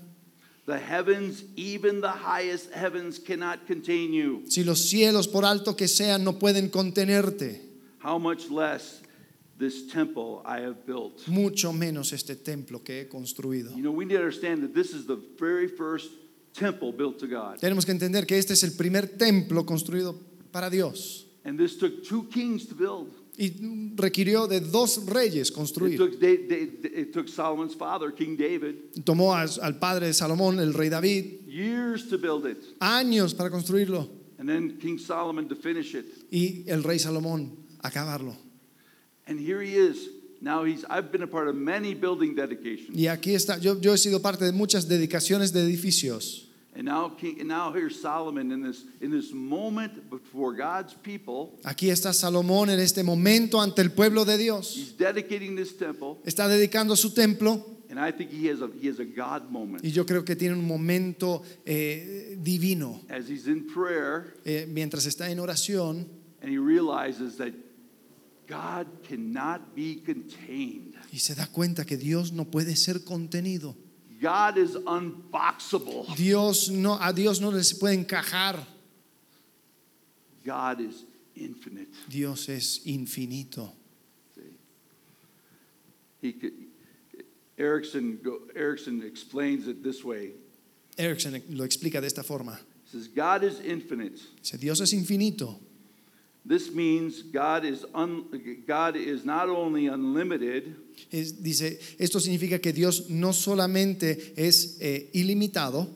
[SPEAKER 2] The heavens, even the highest heavens, cannot contain you.
[SPEAKER 3] Si los cielos, por alto que sean, no pueden contenerte,
[SPEAKER 2] How much less this temple I have built.
[SPEAKER 3] mucho menos este templo que he construido.
[SPEAKER 2] You know, we need to understand that this is the very first temple built to God.
[SPEAKER 3] Tenemos que entender que este es el primer templo construido para Dios
[SPEAKER 2] And this took two kings to build.
[SPEAKER 3] y requirió de dos reyes
[SPEAKER 2] It
[SPEAKER 3] construir.
[SPEAKER 2] took, Da- Da- it took Solomon's father, King David,
[SPEAKER 3] Tomó a- al padre de Salomón, el rey David,
[SPEAKER 2] years to build it.
[SPEAKER 3] años para construirlo
[SPEAKER 2] And then King Solomon to finish it.
[SPEAKER 3] y el rey Salomón acabarlo.
[SPEAKER 2] And here he is. Now he's, I've been a part of many building dedications.
[SPEAKER 3] Y aquí está, yo, yo he sido parte de muchas dedicaciones de edificios
[SPEAKER 2] And now, King, and now here's Solomon in this, in this moment before God's people.
[SPEAKER 3] Aquí está Salomón en este momento ante el pueblo de Dios.
[SPEAKER 2] He's dedicating this temple,
[SPEAKER 3] Está dedicando su templo
[SPEAKER 2] and I think he has a he has a God moment
[SPEAKER 3] y yo creo que tiene un momento eh, divino.
[SPEAKER 2] as he's in prayer
[SPEAKER 3] Eh, mientras está en oración,
[SPEAKER 2] and he realizes that God cannot be contained.
[SPEAKER 3] Y se da cuenta que Dios no puede ser contenido.
[SPEAKER 2] God is unboxable.
[SPEAKER 3] Dios no, a Dios no les puede encajar.
[SPEAKER 2] God is infinite.
[SPEAKER 3] Dios es infinito.
[SPEAKER 2] He could, Erickson go, Erickson explains it this way.
[SPEAKER 3] Erickson lo explica de esta forma.
[SPEAKER 2] He says God is infinite.
[SPEAKER 3] Dice, Dios es infinito.
[SPEAKER 2] This means God is un, God is not only unlimited,
[SPEAKER 3] Es- dice, esto significa que Dios no solamente es eh, ilimitado,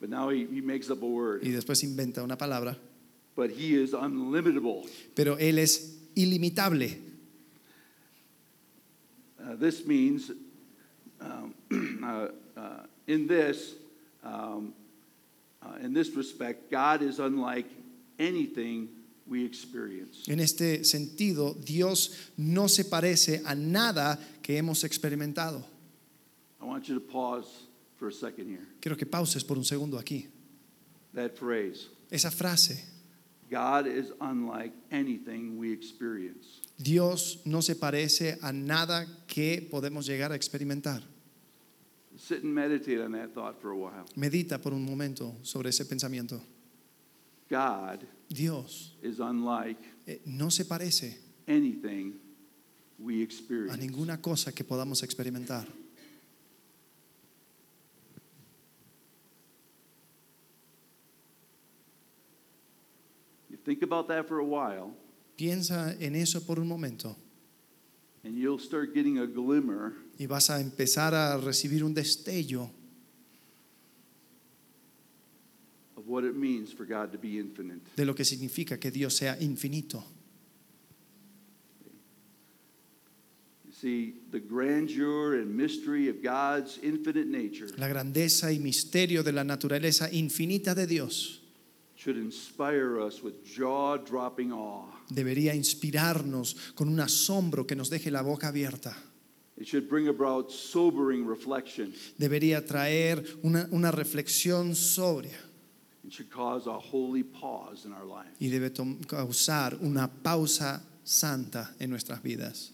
[SPEAKER 2] but now he, he makes up a
[SPEAKER 3] y
[SPEAKER 2] word,
[SPEAKER 3] después inventa una palabra,
[SPEAKER 2] but he is unlimitable.
[SPEAKER 3] pero Él es ilimitable.
[SPEAKER 2] Uh, this means, um, <clears throat> uh, uh, in this, um, uh, in this respect, God is unlike anything we experience.
[SPEAKER 3] En este sentido, Dios no se parece a nada que hemos experimentado.
[SPEAKER 2] I want you to pause for a second here.
[SPEAKER 3] Quiero que pauses por un segundo aquí.
[SPEAKER 2] That phrase,
[SPEAKER 3] Esa frase,
[SPEAKER 2] God is unlike anything we experience.
[SPEAKER 3] Dios no se parece a nada que podemos llegar a experimentar.
[SPEAKER 2] Sit and meditate on that thought for a while.
[SPEAKER 3] Medita por un momento sobre ese pensamiento.
[SPEAKER 2] God
[SPEAKER 3] Dios
[SPEAKER 2] is unlike
[SPEAKER 3] eh, no se parece
[SPEAKER 2] anything we
[SPEAKER 3] a
[SPEAKER 2] experience.
[SPEAKER 3] ninguna cosa que podamos experimentar.
[SPEAKER 2] You think about that for a while,
[SPEAKER 3] Piensa en eso por un momento
[SPEAKER 2] and you'll start getting a glimmer
[SPEAKER 3] y vas a empezar a recibir un destello
[SPEAKER 2] of of what it means for God to be infinite.
[SPEAKER 3] de lo que significa que Dios sea infinito.
[SPEAKER 2] You see, the grandeur and mystery of God's infinite nature
[SPEAKER 3] La grandeza y misterio de la naturaleza infinita de Dios
[SPEAKER 2] should inspire us with jaw dropping awe.
[SPEAKER 3] debería inspirarnos con un asombro que nos deje la boca abierta.
[SPEAKER 2] It should bring about sobering reflection.
[SPEAKER 3] Debería traer una, una reflexión sobria
[SPEAKER 2] It should cause a holy pause in our life.
[SPEAKER 3] y debe tom- causar una pausa santa en nuestras vidas.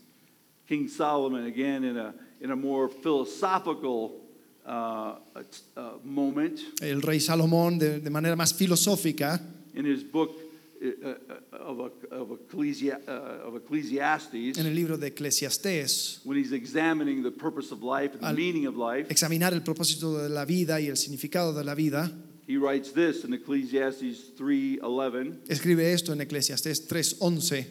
[SPEAKER 2] King Solomon, again, in a, in a more philosophical uh, uh, t- uh, moment,
[SPEAKER 3] El rey Salomón, de, de manera más filosófica,
[SPEAKER 2] in his book uh, uh, of, of, Ecclesi- uh, of Ecclesiastes,
[SPEAKER 3] en el libro de Eclesiastés,
[SPEAKER 2] when he's examining the purpose of life and the
[SPEAKER 3] Al-
[SPEAKER 2] meaning of life,
[SPEAKER 3] examinar el propósito de la vida y el significado de la vida,
[SPEAKER 2] he writes this in Ecclesiastes 3:11.
[SPEAKER 3] escribe esto en Eclesiastés 3:11.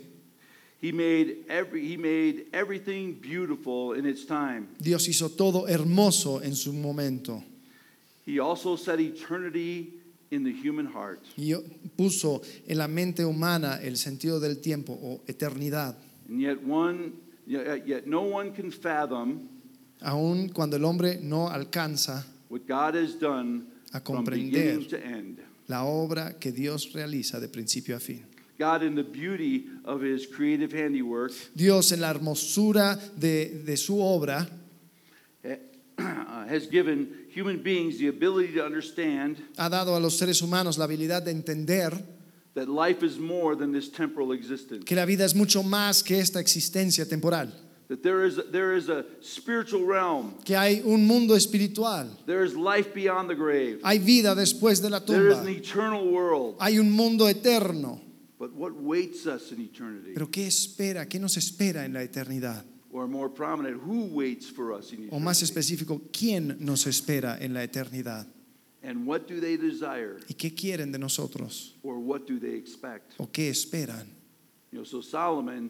[SPEAKER 2] He made every he made everything beautiful in its time.
[SPEAKER 3] Dios hizo todo hermoso en su momento
[SPEAKER 2] He also set eternity in the human heart.
[SPEAKER 3] y puso en la mente humana el sentido del tiempo o eternidad.
[SPEAKER 2] And yet one yet yet no one can fathom
[SPEAKER 3] Aun cuando el hombre no alcanza
[SPEAKER 2] what God has done
[SPEAKER 3] A
[SPEAKER 2] from
[SPEAKER 3] comprender.
[SPEAKER 2] beginning to end.
[SPEAKER 3] la obra que Dios realiza de principio a fin.
[SPEAKER 2] God in the beauty of his creative handiwork
[SPEAKER 3] Dios en la hermosura de, de su obra
[SPEAKER 2] eh, <clears throat> has given human beings the ability to understand
[SPEAKER 3] ha dado a los seres humanos la habilidad de entender
[SPEAKER 2] that life is more than this temporal existence.
[SPEAKER 3] que la vida es mucho más que esta existencia temporal,
[SPEAKER 2] That there is there is a spiritual realm.
[SPEAKER 3] que hay un mundo espiritual,
[SPEAKER 2] There is life beyond the grave.
[SPEAKER 3] hay vida después de la
[SPEAKER 2] There is
[SPEAKER 3] tumba,
[SPEAKER 2] an eternal world.
[SPEAKER 3] hay un mundo eterno.
[SPEAKER 2] But what waits us in eternity?
[SPEAKER 3] Pero ¿qué espera? ¿Qué nos espera en la eternidad?
[SPEAKER 2] Or more prominent, who waits for us in
[SPEAKER 3] O más
[SPEAKER 2] eternity?
[SPEAKER 3] específico, ¿quién nos espera en la eternidad?
[SPEAKER 2] And what do they desire?
[SPEAKER 3] ¿Y qué quieren de nosotros?
[SPEAKER 2] Or what do they expect?
[SPEAKER 3] ¿O qué esperan?
[SPEAKER 2] You know, so Solomon,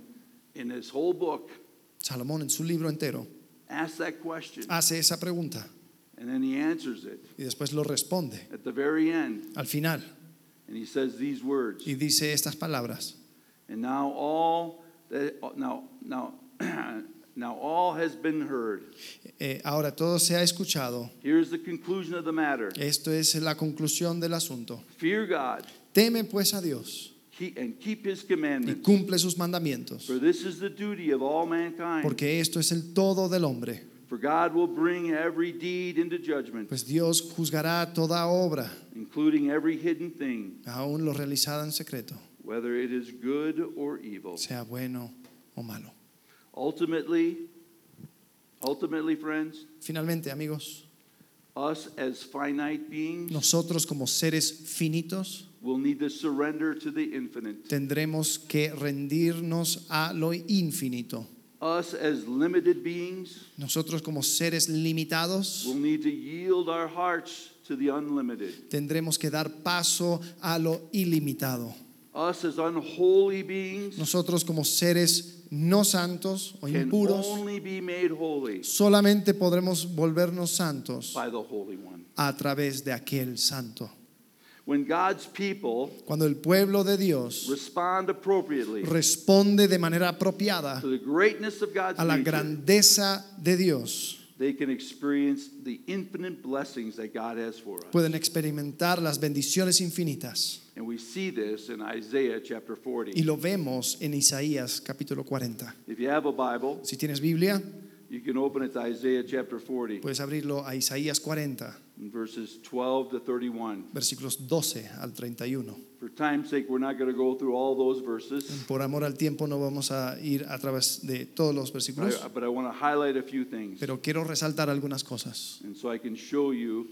[SPEAKER 2] in this whole book,
[SPEAKER 3] Salomón en su libro entero
[SPEAKER 2] asks that question.
[SPEAKER 3] hace esa pregunta
[SPEAKER 2] And then he answers it
[SPEAKER 3] y después lo responde
[SPEAKER 2] at the very end.
[SPEAKER 3] al final
[SPEAKER 2] And he says these words.
[SPEAKER 3] y dice estas palabras.
[SPEAKER 2] And now all that now now <clears throat> now all has been heard.
[SPEAKER 3] Eh, ahora todo se ha escuchado,
[SPEAKER 2] Here's the conclusion of the matter.
[SPEAKER 3] esto es la conclusión del asunto.
[SPEAKER 2] Fear God
[SPEAKER 3] Teme pues a Dios
[SPEAKER 2] keep, and keep his
[SPEAKER 3] y
[SPEAKER 2] commandments.
[SPEAKER 3] cumple sus mandamientos,
[SPEAKER 2] For this is the duty of all mankind.
[SPEAKER 3] porque esto es el todo del hombre,
[SPEAKER 2] For God will bring every deed into judgment,
[SPEAKER 3] pues Dios juzgará toda obra,
[SPEAKER 2] including every hidden thing,
[SPEAKER 3] aun lo realizada en secreto,
[SPEAKER 2] whether it is good or evil.
[SPEAKER 3] sea bueno o malo.
[SPEAKER 2] Ultimately, ultimately, friends,
[SPEAKER 3] Finalmente, amigos,
[SPEAKER 2] us as finite beings
[SPEAKER 3] nosotros como seres finitos
[SPEAKER 2] will need to surrender to the infinite.
[SPEAKER 3] tendremos que rendirnos a lo infinito.
[SPEAKER 2] Us as limited beings
[SPEAKER 3] Nosotros como seres limitados
[SPEAKER 2] will need to yield our hearts to the unlimited.
[SPEAKER 3] tendremos que dar paso a lo ilimitado.
[SPEAKER 2] Us as unholy beings
[SPEAKER 3] Nosotros como seres no santos o
[SPEAKER 2] can
[SPEAKER 3] impuros
[SPEAKER 2] only be made holy
[SPEAKER 3] solamente podremos volvernos santos
[SPEAKER 2] by the Holy One.
[SPEAKER 3] a través de aquel santo.
[SPEAKER 2] When God's people
[SPEAKER 3] Cuando el pueblo de Dios
[SPEAKER 2] respond appropriately
[SPEAKER 3] responde de manera apropiada
[SPEAKER 2] to the greatness of God's
[SPEAKER 3] a la
[SPEAKER 2] nature,
[SPEAKER 3] grandeza de Dios,
[SPEAKER 2] they can experience the infinite blessings that God has for us.
[SPEAKER 3] pueden experimentar las bendiciones infinitas.
[SPEAKER 2] and we see this in Isaiah chapter
[SPEAKER 3] Y
[SPEAKER 2] 40.
[SPEAKER 3] lo vemos en Isaías capítulo 40.
[SPEAKER 2] If you have a Bible,
[SPEAKER 3] Si tienes Biblia,
[SPEAKER 2] you can open it to Isaiah chapter 40,
[SPEAKER 3] puedes abrirlo a Isaías 40,
[SPEAKER 2] in verses 12 to 31.
[SPEAKER 3] versículos 12 al 31.
[SPEAKER 2] For time's sake, we're not going to go through all those verses,
[SPEAKER 3] Por amor al tiempo no vamos a ir a través de todos los versículos,
[SPEAKER 2] I- but I want to highlight a few things.
[SPEAKER 3] pero quiero resaltar algunas cosas
[SPEAKER 2] And so I can show you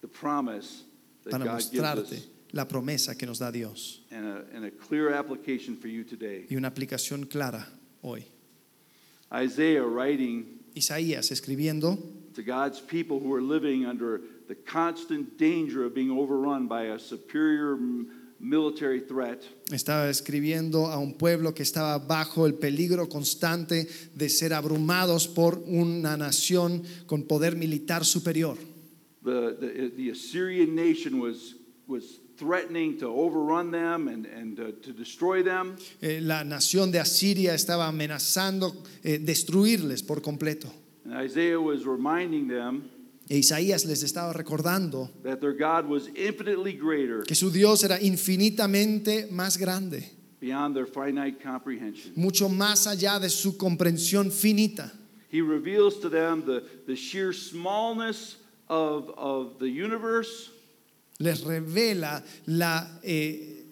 [SPEAKER 2] the promise that
[SPEAKER 3] para
[SPEAKER 2] God gives
[SPEAKER 3] mostrarte
[SPEAKER 2] us
[SPEAKER 3] la promesa que nos da Dios
[SPEAKER 2] and a, and a clear application for you today.
[SPEAKER 3] y una aplicación clara hoy.
[SPEAKER 2] Isaiah, writing
[SPEAKER 3] Isaías escribiendo
[SPEAKER 2] to God's people who are living under the constant danger of being overrun by a superior m- military threat,
[SPEAKER 3] Estaba escribiendo a un pueblo que estaba bajo el peligro constante de ser abrumados por una nación con poder militar superior.
[SPEAKER 2] the, the, the Assyrian nation was was threatening to overrun them and, and uh, to destroy them.
[SPEAKER 3] Eh, la nación de Asiria estaba amenazando eh, destruirles por completo.
[SPEAKER 2] And Isaiah was reminding them
[SPEAKER 3] E Isaías les estaba recordando
[SPEAKER 2] that their God was infinitely greater
[SPEAKER 3] que su Dios era infinitamente más grande,
[SPEAKER 2] beyond their finite comprehension.
[SPEAKER 3] mucho más allá de su comprensión finita.
[SPEAKER 2] He reveals to them the, the sheer smallness of, of the universe
[SPEAKER 3] Les revela la, eh,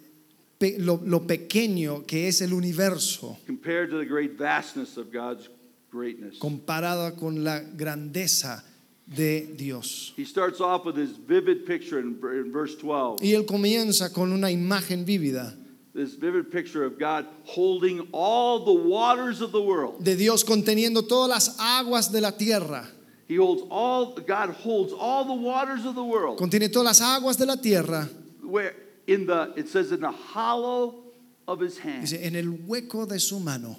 [SPEAKER 3] pe- lo, lo pequeño que es el universo
[SPEAKER 2] compared to the great vastness of God's greatness.
[SPEAKER 3] comparado con la grandeza de Dios.
[SPEAKER 2] He starts off with this vivid picture in, in verse 12.
[SPEAKER 3] Y él comienza con una imagen vívida
[SPEAKER 2] This vivid picture of God holding all the waters of the world.
[SPEAKER 3] de Dios conteniendo todas las aguas de la tierra.
[SPEAKER 2] He holds all God holds all the waters of the world.
[SPEAKER 3] Contiene todas las aguas de la tierra.
[SPEAKER 2] Eh. Where in the it says in the hollow of his hand.
[SPEAKER 3] Dice, en el hueco de su mano.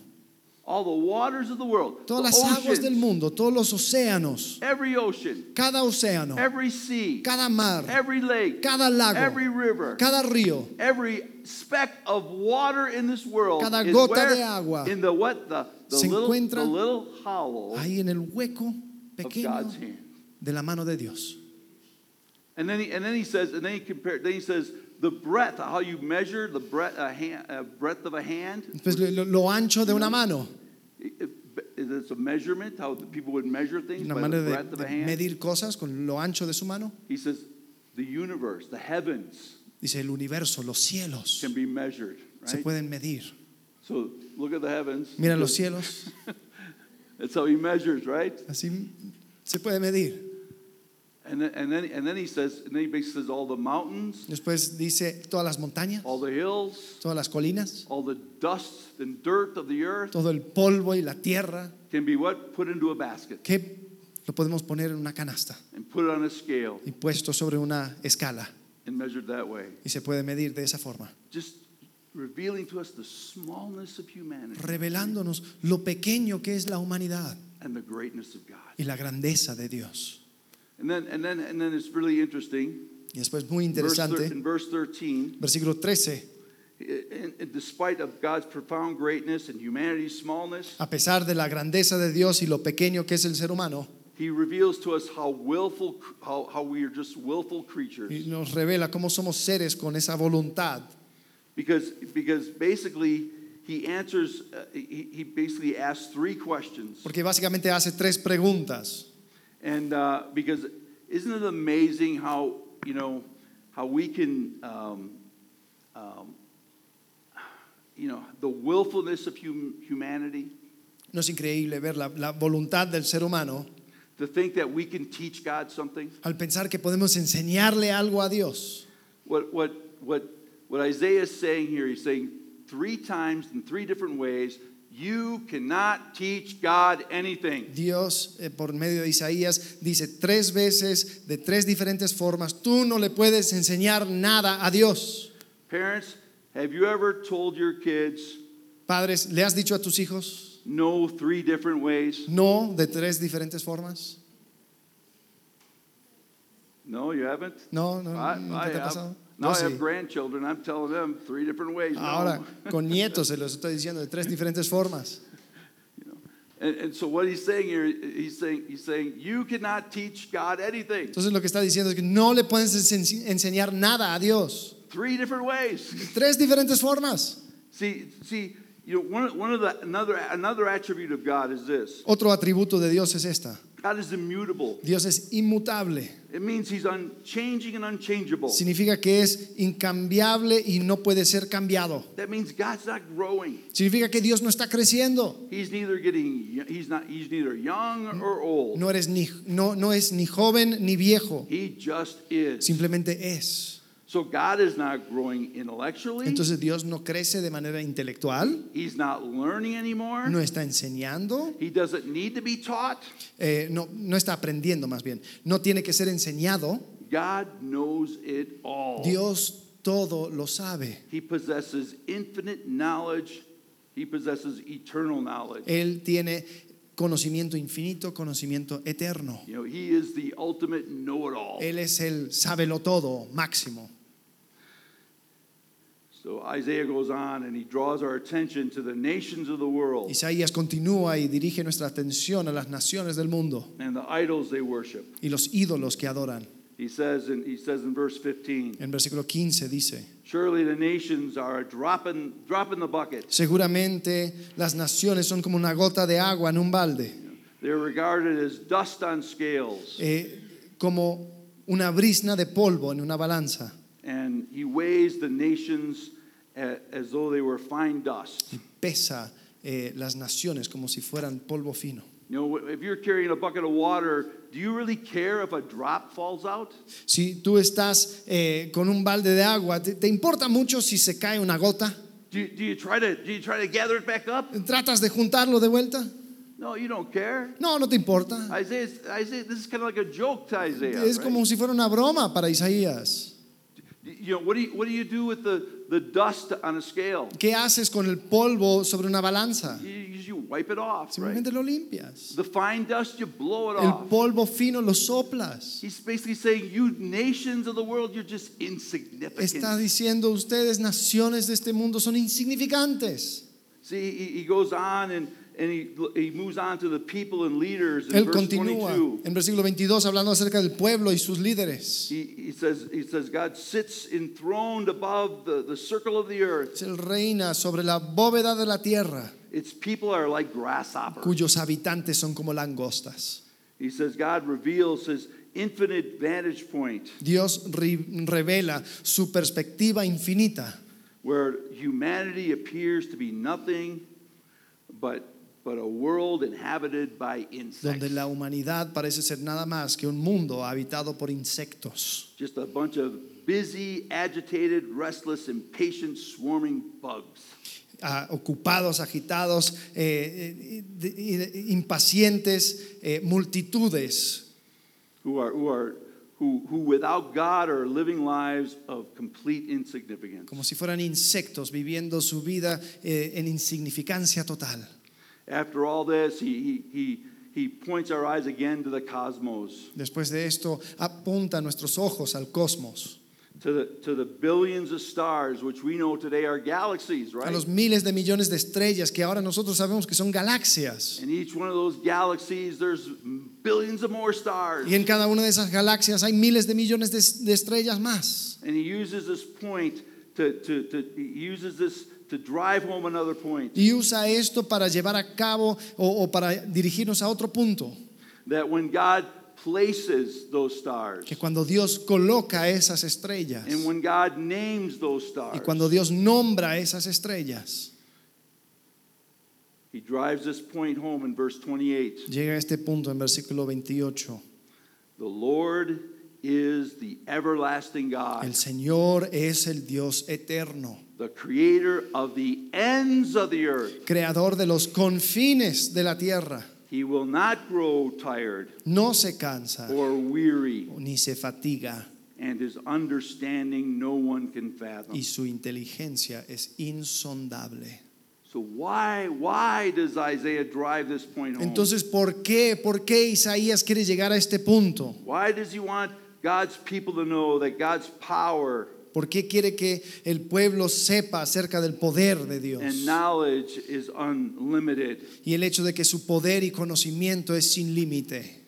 [SPEAKER 2] All the waters of the world.
[SPEAKER 3] Todas
[SPEAKER 2] the
[SPEAKER 3] las aguas del
[SPEAKER 2] oceans,
[SPEAKER 3] mundo, todos los océanos,
[SPEAKER 2] Every ocean,
[SPEAKER 3] cada océano,
[SPEAKER 2] every sea,
[SPEAKER 3] cada mar,
[SPEAKER 2] every lake,
[SPEAKER 3] cada lago,
[SPEAKER 2] every river,
[SPEAKER 3] cada río,
[SPEAKER 2] every speck of water in this world
[SPEAKER 3] Cada
[SPEAKER 2] is
[SPEAKER 3] gota
[SPEAKER 2] where?
[SPEAKER 3] de agua
[SPEAKER 2] in the what the, the
[SPEAKER 3] se
[SPEAKER 2] little the
[SPEAKER 3] encuentra
[SPEAKER 2] little hollow
[SPEAKER 3] ahí en el hueco
[SPEAKER 2] Oh. of
[SPEAKER 3] pequeño
[SPEAKER 2] God's hand.
[SPEAKER 3] de la mano de Dios.
[SPEAKER 2] And then he, and then he says, and then he compared, then he says, the breadth, how you measure the breadth, a hand, a breadth of a hand.
[SPEAKER 3] Pues lo, lo- lo ancho de una mano,
[SPEAKER 2] It- it- It's a measurement, how the people would measure things
[SPEAKER 3] una
[SPEAKER 2] by pues, the
[SPEAKER 3] manera de,
[SPEAKER 2] breadth of a
[SPEAKER 3] de
[SPEAKER 2] hand.
[SPEAKER 3] medir cosas con lo ancho de su mano.
[SPEAKER 2] He says, the universe, the heavens
[SPEAKER 3] Dice, el universo, los cielos
[SPEAKER 2] can be measured,
[SPEAKER 3] se
[SPEAKER 2] right?
[SPEAKER 3] pueden medir.
[SPEAKER 2] So look at the heavens.
[SPEAKER 3] Mira los cielos,
[SPEAKER 2] That's how he measures, right?
[SPEAKER 3] así se puede medir.
[SPEAKER 2] And then, and then, and then he says, and then he basically says all the mountains,
[SPEAKER 3] Después dice todas las montañas,
[SPEAKER 2] all the hills,
[SPEAKER 3] todas las colinas,
[SPEAKER 2] all the dust and dirt of the earth
[SPEAKER 3] todo el polvo y la tierra,
[SPEAKER 2] can be what? Put into a basket
[SPEAKER 3] que lo podemos poner en una canasta
[SPEAKER 2] and put on a scale
[SPEAKER 3] y puesto sobre una escala
[SPEAKER 2] and measured that way.
[SPEAKER 3] y se puede medir de esa forma,
[SPEAKER 2] just revealing to us the smallness of humanity
[SPEAKER 3] revelándonos lo pequeño que es la humanidad
[SPEAKER 2] and the greatness of God.
[SPEAKER 3] y la grandeza de Dios.
[SPEAKER 2] And then, and then, and then it's really interesting.
[SPEAKER 3] Y después muy
[SPEAKER 2] Verse thir-
[SPEAKER 3] interesante,
[SPEAKER 2] in verse 13,
[SPEAKER 3] versículo 13,
[SPEAKER 2] in, in- despite of God's profound greatness and humanity's smallness,
[SPEAKER 3] a pesar de la grandeza de Dios y lo pequeño que es el ser humano,
[SPEAKER 2] He reveals to us how willful, cr- how, how we are just willful
[SPEAKER 3] y
[SPEAKER 2] creatures.
[SPEAKER 3] nos revela cómo somos seres con esa voluntad,
[SPEAKER 2] Because, because basically, He answers. Uh, he, he basically asks three questions.
[SPEAKER 3] porque básicamente hace tres preguntas.
[SPEAKER 2] And uh, because isn't it amazing how you know how we can um, um, you know the willfulness of hum- humanity
[SPEAKER 3] No es increíble ver la, la voluntad del ser humano
[SPEAKER 2] to think that we can teach God something.
[SPEAKER 3] al pensar que podemos enseñarle algo a Dios.
[SPEAKER 2] What what what what Isaiah is saying here? He's saying three times in three different ways. You cannot teach God anything.
[SPEAKER 3] Dios, eh, por medio de Isaías, dice tres veces, de tres diferentes formas, tú no le puedes enseñar nada a Dios.
[SPEAKER 2] Parents, have you ever told your kids
[SPEAKER 3] Padres, ¿le has dicho a tus hijos
[SPEAKER 2] no three different ways?
[SPEAKER 3] no de tres diferentes formas?
[SPEAKER 2] No, you haven't.
[SPEAKER 3] No, no,
[SPEAKER 2] I, I
[SPEAKER 3] ¿nunca Mm, te ha
[SPEAKER 2] have,
[SPEAKER 3] pasado?
[SPEAKER 2] now
[SPEAKER 3] Yo
[SPEAKER 2] I
[SPEAKER 3] sí.
[SPEAKER 2] have grandchildren. I'm telling them three different ways. eh, no.
[SPEAKER 3] Ahora, con nietos se los estoy diciendo de tres diferentes formas.
[SPEAKER 2] and, and so what he's saying here, he's saying he's saying you cannot teach God anything.
[SPEAKER 3] Entonces lo que está diciendo es que no le puedes ense- enseñar nada a Dios.
[SPEAKER 2] Three different ways. <laughs>
[SPEAKER 3] Tres diferentes formas.
[SPEAKER 2] See, see, you know, one, one of the another another attribute of God is this:
[SPEAKER 3] Otro atributo de Dios es esta.
[SPEAKER 2] God is immutable.
[SPEAKER 3] Dios es inmutable.
[SPEAKER 2] It means He's unchanging and unchangeable.
[SPEAKER 3] Significa que es incambiable y no puede ser cambiado.
[SPEAKER 2] That means God's not growing.
[SPEAKER 3] Significa que Dios no está creciendo.
[SPEAKER 2] He's neither getting y- he's not he's neither
[SPEAKER 3] Mm,
[SPEAKER 2] young or old.
[SPEAKER 3] No, eres ni, no, no es ni joven ni viejo.
[SPEAKER 2] He just is.
[SPEAKER 3] Simplemente es.
[SPEAKER 2] So God is not growing intellectually.
[SPEAKER 3] Entonces Dios no crece de manera intelectual,
[SPEAKER 2] He's not learning anymore.
[SPEAKER 3] no está enseñando,
[SPEAKER 2] He doesn't need to be taught.
[SPEAKER 3] eh, no, no está aprendiendo más bien. No tiene que ser enseñado.
[SPEAKER 2] God knows it all.
[SPEAKER 3] Dios todo lo sabe.
[SPEAKER 2] He possesses infinite knowledge. He possesses eternal knowledge.
[SPEAKER 3] Él tiene conocimiento infinito, conocimiento eterno.
[SPEAKER 2] You know, he is the ultimate know-it-all.
[SPEAKER 3] Él es el sábelo todo máximo.
[SPEAKER 2] So Isaiah goes on and he draws our attention to the nations of the world
[SPEAKER 3] Isaías continúa y dirige nuestra atención a las naciones del mundo
[SPEAKER 2] and the idols they worship.
[SPEAKER 3] y los ídolos que adoran.
[SPEAKER 2] He says in, he says in verse 15,
[SPEAKER 3] En versículo 15 dice,
[SPEAKER 2] surely the nations are dropping dropping the bucket.
[SPEAKER 3] seguramente las naciones son como una gota de agua en un balde,
[SPEAKER 2] They're regarded as dust on scales.
[SPEAKER 3] eh, como una brisna de polvo en una balanza.
[SPEAKER 2] And he weighs the nations a- as though they were fine dust.
[SPEAKER 3] y pesa eh, las naciones como si fueran polvo fino.
[SPEAKER 2] You know, if you're carrying a bucket of water, do you really care if a drop falls out?
[SPEAKER 3] Si tú estás eh, con un balde de agua, ¿te, te importa mucho si se cae una gota?
[SPEAKER 2] Do you, do you try to do you try to gather it back up?
[SPEAKER 3] ¿Tratas de juntarlo de vuelta?
[SPEAKER 2] No, you don't care.
[SPEAKER 3] No, no te importa.
[SPEAKER 2] Isaiah, Isaiah, this is kind of like a joke to Isaiah.
[SPEAKER 3] Es
[SPEAKER 2] right?
[SPEAKER 3] como si fuera una broma para Isaías.
[SPEAKER 2] You know, what do you, what do you do with the, the dust on a scale?
[SPEAKER 3] ¿Qué haces con el polvo sobre una balanza?
[SPEAKER 2] You, you wipe it off, right?
[SPEAKER 3] Simplemente lo limpias.
[SPEAKER 2] The fine dust, you blow it
[SPEAKER 3] El
[SPEAKER 2] off.
[SPEAKER 3] polvo fino lo soplas.
[SPEAKER 2] He's basically saying, you nations of the world, you're just insignificant.
[SPEAKER 3] Está diciendo ustedes, naciones de este mundo son insignificantes.
[SPEAKER 2] See, he, he goes on and, and he, he moves on to the people and leaders in
[SPEAKER 3] Él
[SPEAKER 2] verse
[SPEAKER 3] continúa
[SPEAKER 2] 22.
[SPEAKER 3] en versículo 22 hablando acerca del pueblo y sus líderes.
[SPEAKER 2] He, he, says, he says, God sits enthroned above the, the circle of the earth.
[SPEAKER 3] Él reina sobre la bóveda de la tierra,
[SPEAKER 2] Its people are like grasshoppers.
[SPEAKER 3] cuyos habitantes son como langostas.
[SPEAKER 2] He says, God reveals his infinite vantage point
[SPEAKER 3] Dios ri- revela su perspectiva infinita,
[SPEAKER 2] where humanity appears to be nothing but, but a world inhabited by
[SPEAKER 3] donde
[SPEAKER 2] insects.
[SPEAKER 3] la humanidad parece ser nada más que un mundo habitado por insectos,
[SPEAKER 2] Just a bunch of busy, agitated, restless, impatient, swarming bugs.
[SPEAKER 3] ah, ocupados, agitados, eh, eh, de- y de- impacientes, eh, multitudes
[SPEAKER 2] who are who are who who without God are living lives of complete insignificance.
[SPEAKER 3] como si fueran insectos viviendo su vida eh, en insignificancia total.
[SPEAKER 2] After all this, he he he he points our eyes again to the cosmos,
[SPEAKER 3] Después de esto, apunta nuestros ojos al cosmos.
[SPEAKER 2] to the to the billions of stars which we know today are galaxies,
[SPEAKER 3] a
[SPEAKER 2] right?
[SPEAKER 3] los miles de millones de estrellas que ahora nosotros sabemos que son galaxias.
[SPEAKER 2] In each one of those galaxies, there's billions of more stars.
[SPEAKER 3] Y en cada una de esas galaxias hay miles de millones de, de estrellas más.
[SPEAKER 2] And he uses this point to, to, to he uses this to drive home another point
[SPEAKER 3] Y usa esto para llevar a cabo o, o para dirigirnos a otro punto,
[SPEAKER 2] that when God places those stars
[SPEAKER 3] que cuando Dios coloca esas estrellas
[SPEAKER 2] and when God names those
[SPEAKER 3] y
[SPEAKER 2] stars,
[SPEAKER 3] cuando Dios nombra esas estrellas,
[SPEAKER 2] He drives this point home in verse 28.
[SPEAKER 3] llega a este punto en versículo 28.
[SPEAKER 2] The Lord is the everlasting God,
[SPEAKER 3] El Señor es el Dios eterno,
[SPEAKER 2] the creator of the ends of the earth.
[SPEAKER 3] creador de los confines de la tierra.
[SPEAKER 2] He will not grow tired
[SPEAKER 3] No se cansa
[SPEAKER 2] or weary,
[SPEAKER 3] ni se fatiga.
[SPEAKER 2] and his understanding no one can fathom.
[SPEAKER 3] y su inteligencia es insondable.
[SPEAKER 2] So why why does Isaiah drive this point home?
[SPEAKER 3] Entonces, ¿por qué? ¿Por qué Isaías quiere llegar a este punto?
[SPEAKER 2] Why does he want God's people to know that God's power
[SPEAKER 3] ¿Por qué quiere que el pueblo sepa acerca del poder de Dios?
[SPEAKER 2] and knowledge is unlimited?
[SPEAKER 3] Y el hecho de que su poder y conocimiento es sin límite,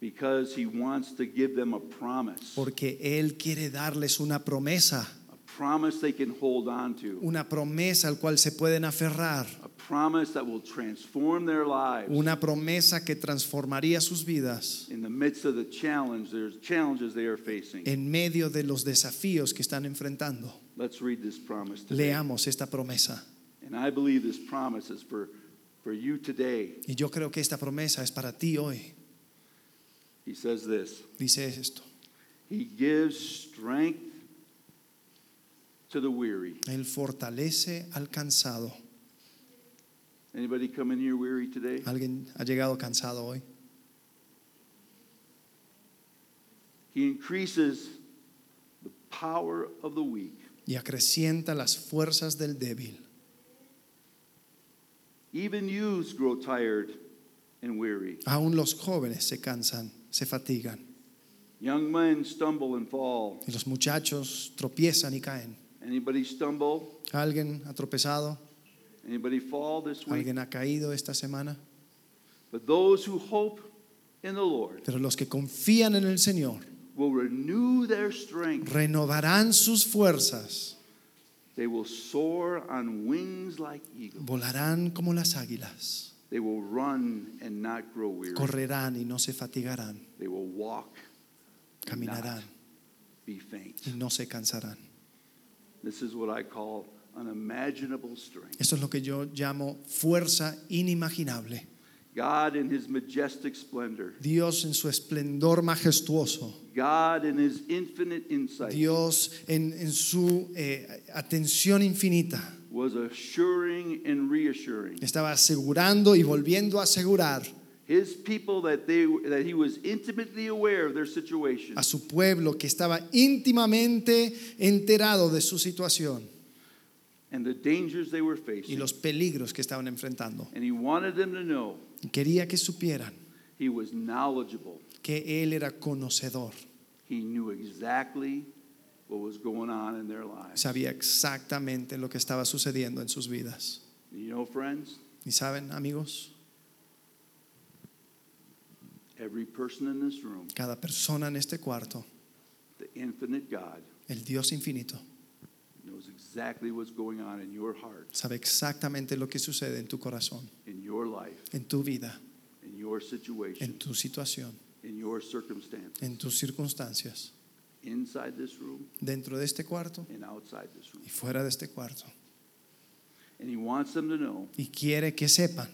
[SPEAKER 2] Because he wants to give them a promise.
[SPEAKER 3] porque Él quiere darles una promesa,
[SPEAKER 2] a promise they can hold on to,
[SPEAKER 3] una promesa al cual se pueden aferrar,
[SPEAKER 2] a promise that will transform their lives
[SPEAKER 3] una promesa que transformaría sus vidas
[SPEAKER 2] in the midst of the challenge, there's challenges they are facing.
[SPEAKER 3] en medio de los desafíos que están enfrentando.
[SPEAKER 2] Let's read this promise today.
[SPEAKER 3] Leamos esta promesa.
[SPEAKER 2] And I believe this promise is for, for you today.
[SPEAKER 3] Y yo creo que esta promesa es para ti hoy.
[SPEAKER 2] He says this
[SPEAKER 3] dice esto.
[SPEAKER 2] He gives strength to the weary.
[SPEAKER 3] Él fortalece al cansado.
[SPEAKER 2] Anybody come in here weary today?
[SPEAKER 3] ¿Alguien ha llegado cansado hoy?
[SPEAKER 2] He increases the power of the weak.
[SPEAKER 3] Y acrecienta las fuerzas del débil.
[SPEAKER 2] Even youths grow tired and weary.
[SPEAKER 3] Aún los jóvenes se cansan, se fatigan.
[SPEAKER 2] Young men stumble and fall.
[SPEAKER 3] Y los muchachos tropiezan y caen.
[SPEAKER 2] Anybody stumble?
[SPEAKER 3] Alguien ha tropezado,
[SPEAKER 2] Anybody fall this week?
[SPEAKER 3] alguien ha caído esta semana,
[SPEAKER 2] But those who hope in the Lord
[SPEAKER 3] pero los que confían en el Señor
[SPEAKER 2] will renew their strength.
[SPEAKER 3] renovarán sus fuerzas,
[SPEAKER 2] They will soar on wings like eagles.
[SPEAKER 3] volarán como las águilas,
[SPEAKER 2] They will run and not grow weary.
[SPEAKER 3] correrán y no se fatigarán,
[SPEAKER 2] They will walk, and not
[SPEAKER 3] caminarán
[SPEAKER 2] be faint.
[SPEAKER 3] y no se cansarán.
[SPEAKER 2] This is what I call unimaginable strength.
[SPEAKER 3] Eso es lo que yo llamo fuerza inimaginable.
[SPEAKER 2] God in his majestic splendor.
[SPEAKER 3] Dios en su esplendor majestuoso,
[SPEAKER 2] God in his infinite insight
[SPEAKER 3] Dios en, en su eh, atención infinita,
[SPEAKER 2] was assuring and reassuring
[SPEAKER 3] estaba asegurando y volviendo a asegurar
[SPEAKER 2] his people that they that he was intimately aware of their situation.
[SPEAKER 3] a su pueblo que estaba íntimamente enterado de su situación
[SPEAKER 2] and the dangers they were
[SPEAKER 3] y
[SPEAKER 2] facing.
[SPEAKER 3] los peligros que estaban enfrentando.
[SPEAKER 2] And he wanted them to know
[SPEAKER 3] Y Quería que supieran
[SPEAKER 2] he was knowledgeable.
[SPEAKER 3] que Él era conocedor,
[SPEAKER 2] He knew exactly what was going on in their lives.
[SPEAKER 3] sabía exactamente lo que estaba sucediendo en sus vidas.
[SPEAKER 2] You know, friends,
[SPEAKER 3] Y saben, amigos,
[SPEAKER 2] every person in this room,
[SPEAKER 3] cada persona en este cuarto,
[SPEAKER 2] the infinite God,
[SPEAKER 3] el Dios infinito,
[SPEAKER 2] knows exactly what's going on in your heart,
[SPEAKER 3] sabe exactamente lo que sucede en tu corazón,
[SPEAKER 2] in your life,
[SPEAKER 3] en tu vida,
[SPEAKER 2] in your
[SPEAKER 3] en
[SPEAKER 2] situation,
[SPEAKER 3] tu situación,
[SPEAKER 2] in your circumstance,
[SPEAKER 3] en tus circunstancias,
[SPEAKER 2] inside this room
[SPEAKER 3] dentro de este cuarto
[SPEAKER 2] and outside this room.
[SPEAKER 3] y fuera de este cuarto.
[SPEAKER 2] And he wants them to know
[SPEAKER 3] Y quiere que sepan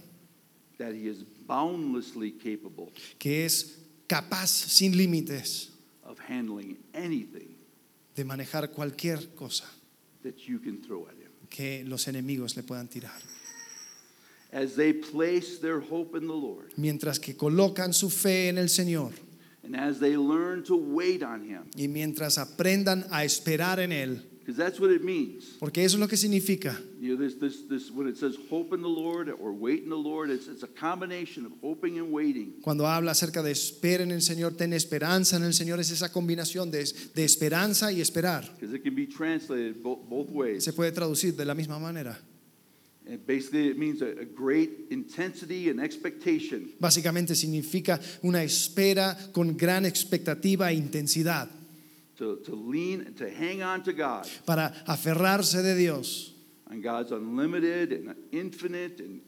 [SPEAKER 2] that he is boundlessly capable
[SPEAKER 3] que es capaz sin límites
[SPEAKER 2] of handling anything
[SPEAKER 3] de manejar cualquier cosa
[SPEAKER 2] that you can throw at him.
[SPEAKER 3] que los enemigos le puedan tirar.
[SPEAKER 2] As they place their hope in the Lord,
[SPEAKER 3] Mientras que colocan su fe en el Señor
[SPEAKER 2] And as they learn to wait on him,
[SPEAKER 3] y mientras aprendan a esperar en Él,
[SPEAKER 2] because that's what it means.
[SPEAKER 3] porque eso es lo que significa.
[SPEAKER 2] You know, this, this, this, when it says hope in the Lord or wait in the Lord, it's, it's a combination of hoping and waiting.
[SPEAKER 3] Cuando habla acerca de espera en el Señor, ten esperanza en el Señor, es esa combinación de, de esperanza y esperar.
[SPEAKER 2] Because it can be translated bo- both ways.
[SPEAKER 3] Se puede traducir de la misma manera.
[SPEAKER 2] And basically, it means a, a great intensity and expectation.
[SPEAKER 3] Básicamente significa una espera con gran expectativa e intensidad
[SPEAKER 2] To, to lean, to hang on to God,
[SPEAKER 3] para aferrarse de Dios,
[SPEAKER 2] on God's unlimited and infinite and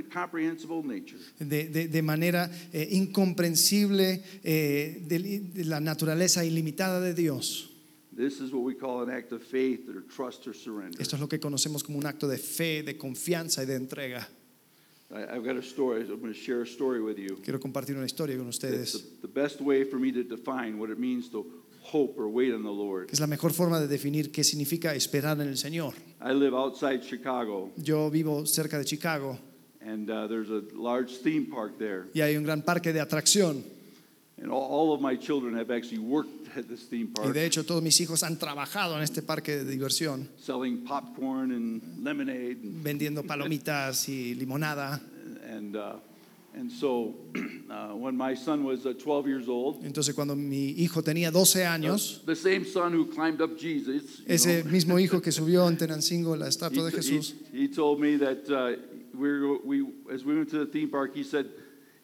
[SPEAKER 2] incomprehensible nature.
[SPEAKER 3] de, de- de manera eh, incomprensible eh, de, de la naturaleza ilimitada de Dios.
[SPEAKER 2] This is what we call an act of faith or trust or surrender.
[SPEAKER 3] Esto es lo que conocemos como un acto de fe, de confianza y de entrega.
[SPEAKER 2] I, I've got a story. I'm going to share a story with you.
[SPEAKER 3] Quiero compartir una historia con
[SPEAKER 2] It's
[SPEAKER 3] ustedes.
[SPEAKER 2] the, the best way for me to define what it means to hope or wait on the Lord.
[SPEAKER 3] Es la mejor forma de definir qué significa esperar en el Señor.
[SPEAKER 2] I live outside Chicago,
[SPEAKER 3] Yo vivo cerca de Chicago
[SPEAKER 2] and uh, there's a large theme park there.
[SPEAKER 3] y hay un gran parque de atracción.
[SPEAKER 2] And all, all of my children have actually worked at this theme
[SPEAKER 3] Y
[SPEAKER 2] park,
[SPEAKER 3] de hecho todos mis hijos han trabajado en este parque de diversión,
[SPEAKER 2] selling popcorn and lemonade, and
[SPEAKER 3] vendiendo palomitas y limonada.
[SPEAKER 2] and, uh, and so <clears throat> uh, when my son was uh, 12 years old,
[SPEAKER 3] Entonces cuando mi hijo tenía 12 años,
[SPEAKER 2] the same son who climbed up Jesus, you
[SPEAKER 3] ese
[SPEAKER 2] know,
[SPEAKER 3] mismo hijo que subió en Tenancingo la
[SPEAKER 2] he,
[SPEAKER 3] estatua de
[SPEAKER 2] he-
[SPEAKER 3] Jesús,
[SPEAKER 2] he told me that uh, we were, we as we went to the theme park, he said,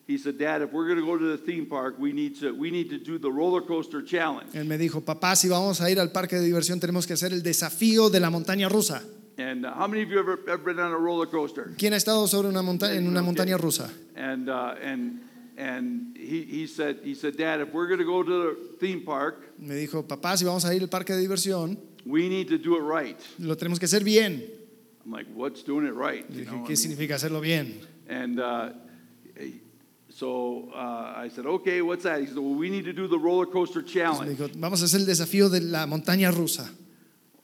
[SPEAKER 2] he said, Dad, if we're going to go to the theme park, we need to we need to do the roller coaster challenge.
[SPEAKER 3] él me dijo, papá, si vamos a ir al parque de diversión tenemos que hacer el desafío de la montaña rusa.
[SPEAKER 2] And uh, how many of you ever ever been on a roller coaster?
[SPEAKER 3] ¿Quién ha estado sobre una monta- en una
[SPEAKER 2] Okay.
[SPEAKER 3] montaña rusa?
[SPEAKER 2] And uh, and and he, he said he said, Dad, if we're going to go to the theme park,
[SPEAKER 3] Me dijo, papá, si vamos a ir al parque de diversión,
[SPEAKER 2] we need to do it right.
[SPEAKER 3] lo tenemos que hacer bien.
[SPEAKER 2] I'm like, what's doing it right?
[SPEAKER 3] Le
[SPEAKER 2] You
[SPEAKER 3] dije,
[SPEAKER 2] know, I
[SPEAKER 3] ¿qué
[SPEAKER 2] mean,
[SPEAKER 3] significa hacerlo bien?
[SPEAKER 2] And uh, so uh, I said, okay, what's that? He said, well, we need to do the roller coaster
[SPEAKER 3] Entonces
[SPEAKER 2] challenge.
[SPEAKER 3] me dijo, vamos a hacer el desafío de la montaña rusa.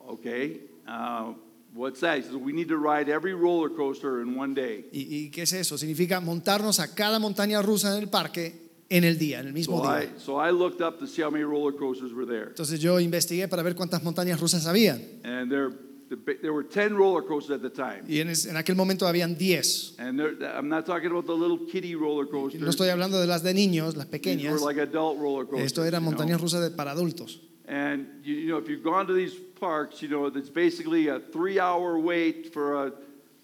[SPEAKER 2] Okay, uh, what's that? He says, we need to ride every roller coaster in one day.
[SPEAKER 3] ¿Y, y qué es eso? Significa montarnos a cada montaña rusa en el parque en el día, en el mismo
[SPEAKER 2] So I,
[SPEAKER 3] día.
[SPEAKER 2] so I looked up to see how many roller coasters were there.
[SPEAKER 3] Entonces yo investigué para ver cuántas montañas rusas había.
[SPEAKER 2] And there, the, bi- there were 10 roller coasters at the time.
[SPEAKER 3] Y en, es- en aquel momento habían 10.
[SPEAKER 2] And there, I'm not talking about the little kiddie roller coasters.
[SPEAKER 3] No estoy hablando de las de niños, las
[SPEAKER 2] These were
[SPEAKER 3] pequeñas.
[SPEAKER 2] like adult roller coasters.
[SPEAKER 3] Esto eran
[SPEAKER 2] you know?
[SPEAKER 3] montañas rusas de- para adultos.
[SPEAKER 2] And you, you know, if you've gone to these parks, you know it's basically a three-hour wait for a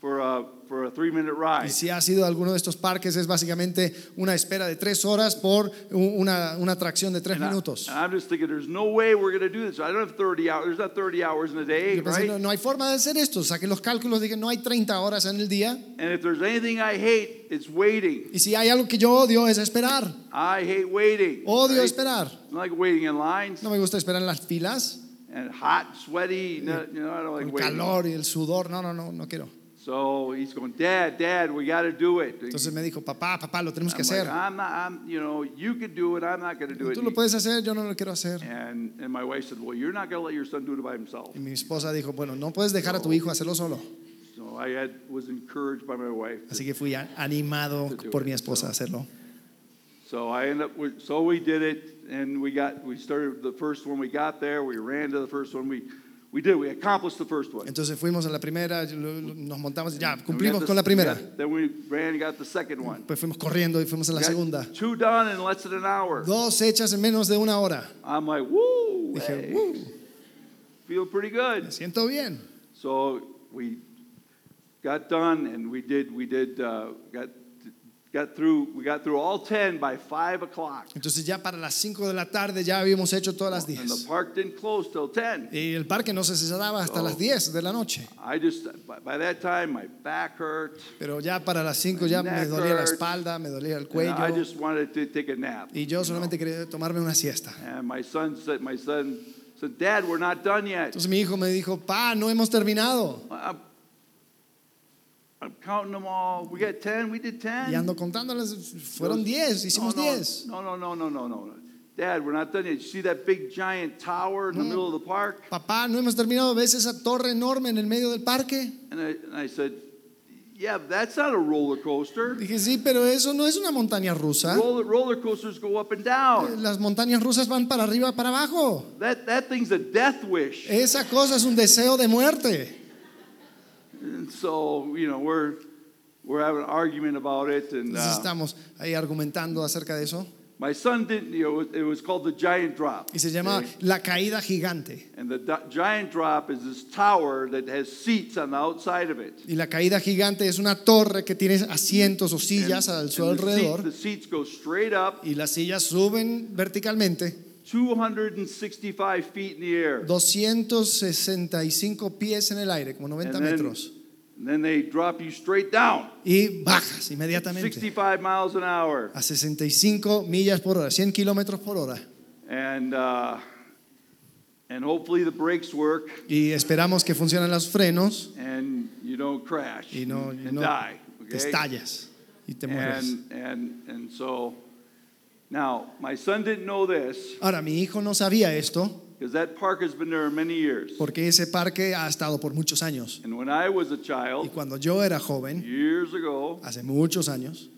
[SPEAKER 2] for a for a three-minute
[SPEAKER 3] Y
[SPEAKER 2] ride.
[SPEAKER 3] si has ido a alguno de estos parques, es básicamente una espera de tres horas por u- una, una atracción de tres
[SPEAKER 2] And I-
[SPEAKER 3] minutos.
[SPEAKER 2] and I'm just thinking, there's no way we're going to do this. I don't have 30 hours. There's not 30 hours in a day,
[SPEAKER 3] Yo pensé,
[SPEAKER 2] right?
[SPEAKER 3] no, no hay forma de hacer esto. Saqué los cálculos, dije, no hay 30 horas en el día.
[SPEAKER 2] And if there's anything I hate, it's waiting.
[SPEAKER 3] Y si hay algo que yo odio es esperar.
[SPEAKER 2] I hate waiting.
[SPEAKER 3] Odio
[SPEAKER 2] right?
[SPEAKER 3] esperar.
[SPEAKER 2] I like waiting in lines
[SPEAKER 3] No me gusta esperar en las filas.
[SPEAKER 2] and hot, sweaty. No, you know, I don't
[SPEAKER 3] El
[SPEAKER 2] like waiting.
[SPEAKER 3] calor y el sudor. No, no, no, no quiero.
[SPEAKER 2] So he's going, Dad, Dad, we got to do it.
[SPEAKER 3] Entonces me dijo, papá, papá, lo tenemos que
[SPEAKER 2] I'm, like, "Ah,
[SPEAKER 3] hacer.
[SPEAKER 2] I'm not, I'm, you know, you could do it. I'm not going to do
[SPEAKER 3] Tú lo
[SPEAKER 2] it.
[SPEAKER 3] puedes hacer, yo no lo quiero hacer.
[SPEAKER 2] And, and my wife said, Well, you're not going to let your son do it by himself.
[SPEAKER 3] Y mi esposa dijo, bueno, no puedes dejar a tu hijo hacerlo solo.
[SPEAKER 2] So I had, was encouraged by my wife.
[SPEAKER 3] Así que fui a- animado por mi esposa a hacerlo.
[SPEAKER 2] So I ended up, with, so we did it, and we got, we started the first one. We got there. We ran to the first one. We, we did. We accomplished the first one.
[SPEAKER 3] Entonces fuimos a la primera, lo- lo- nos montamos, ya,
[SPEAKER 2] And we got
[SPEAKER 3] cumplimos
[SPEAKER 2] the-
[SPEAKER 3] con la primera.
[SPEAKER 2] yeah, then we ran and got the second one.
[SPEAKER 3] Pues fuimos corriendo y fuimos a la
[SPEAKER 2] Got
[SPEAKER 3] segunda.
[SPEAKER 2] Two done in less than an hour.
[SPEAKER 3] Dos hechas en menos de una hora.
[SPEAKER 2] I'm like, woo,
[SPEAKER 3] Dije,
[SPEAKER 2] hey,
[SPEAKER 3] "Uh,
[SPEAKER 2] feel pretty
[SPEAKER 3] me
[SPEAKER 2] good.
[SPEAKER 3] siento bien.
[SPEAKER 2] So we got done, and we did, we did, uh, got, got through, we got through all ten by five o'clock.
[SPEAKER 3] Entonces ya para las 5 de la tarde ya habíamos hecho todas las
[SPEAKER 2] And the
[SPEAKER 3] 10.
[SPEAKER 2] park didn't close till ten.
[SPEAKER 3] Y el parque no se cerraba hasta
[SPEAKER 2] Oh.
[SPEAKER 3] las 10 de la noche.
[SPEAKER 2] I just, by, by that time, my back hurt.
[SPEAKER 3] Pero ya para las 5 ya me
[SPEAKER 2] Neck
[SPEAKER 3] dolía la
[SPEAKER 2] hurts.
[SPEAKER 3] espalda, me dolía el
[SPEAKER 2] And I
[SPEAKER 3] cuello.
[SPEAKER 2] just wanted to take a nap.
[SPEAKER 3] Y yo solamente quería tomarme una siesta.
[SPEAKER 2] And my son said, my son said, Dad, we're not done yet.
[SPEAKER 3] Entonces mi hijo me dijo, pa, no hemos terminado.
[SPEAKER 2] I'm, I'm counting them all. We got 10. We did 10.
[SPEAKER 3] Y ando contándoles, fueron 10, hicimos
[SPEAKER 2] no,
[SPEAKER 3] 10.
[SPEAKER 2] No, no, no, no, no, no. no. Dad, we're not done yet. You see that big giant tower
[SPEAKER 3] Mm.
[SPEAKER 2] in the middle of the park?
[SPEAKER 3] Papá, no hemos terminado. ¿Ves esa torre enorme en el medio del parque?
[SPEAKER 2] And I, and I said, Yeah, but that's not a roller coaster.
[SPEAKER 3] Dije, sí, pero eso no es una montaña rusa.
[SPEAKER 2] Roller, roller coasters go up and down.
[SPEAKER 3] Las montañas rusas van para arriba, para abajo.
[SPEAKER 2] That, that thing's a death wish.
[SPEAKER 3] Esa cosa es un deseo de muerte.
[SPEAKER 2] And so, you know, we're, we're having an argument about it. And
[SPEAKER 3] Entonces
[SPEAKER 2] uh,
[SPEAKER 3] estamos ahí argumentando acerca de eso.
[SPEAKER 2] my son didn't, you know, it was called the giant drop. Eh.
[SPEAKER 3] Y se llama
[SPEAKER 2] Okay?
[SPEAKER 3] La Caída Gigante.
[SPEAKER 2] And the do- giant drop is this tower that has seats on the outside of it.
[SPEAKER 3] Y la Caída Gigante es una torre que tiene asientos o
[SPEAKER 2] And-
[SPEAKER 3] sillas al su
[SPEAKER 2] and the seat-
[SPEAKER 3] alrededor.
[SPEAKER 2] the seats go straight up
[SPEAKER 3] Y las sillas suben verticalmente
[SPEAKER 2] 265 feet in the air.
[SPEAKER 3] 265 pies en el aire, como 90
[SPEAKER 2] And then-
[SPEAKER 3] metros.
[SPEAKER 2] And then they drop you straight down,
[SPEAKER 3] Y bajas inmediatamente
[SPEAKER 2] 65 miles an hour.
[SPEAKER 3] a 65 millas por hora, 100 kilómetros por hora.
[SPEAKER 2] And, uh, and hopefully the brakes work
[SPEAKER 3] Y esperamos que funcionen los frenos
[SPEAKER 2] and you don't crash
[SPEAKER 3] y no, y
[SPEAKER 2] and
[SPEAKER 3] no
[SPEAKER 2] die.
[SPEAKER 3] te
[SPEAKER 2] okay?
[SPEAKER 3] estallas y te mueres.
[SPEAKER 2] And, and, and so now my son didn't know this
[SPEAKER 3] Ahora, mi hijo no sabía esto
[SPEAKER 2] because that park has been there many years.
[SPEAKER 3] porque ese parque ha estado por muchos años.
[SPEAKER 2] And when I was a
[SPEAKER 3] Y
[SPEAKER 2] child,
[SPEAKER 3] cuando yo era joven,
[SPEAKER 2] years ago,
[SPEAKER 3] hace muchos años,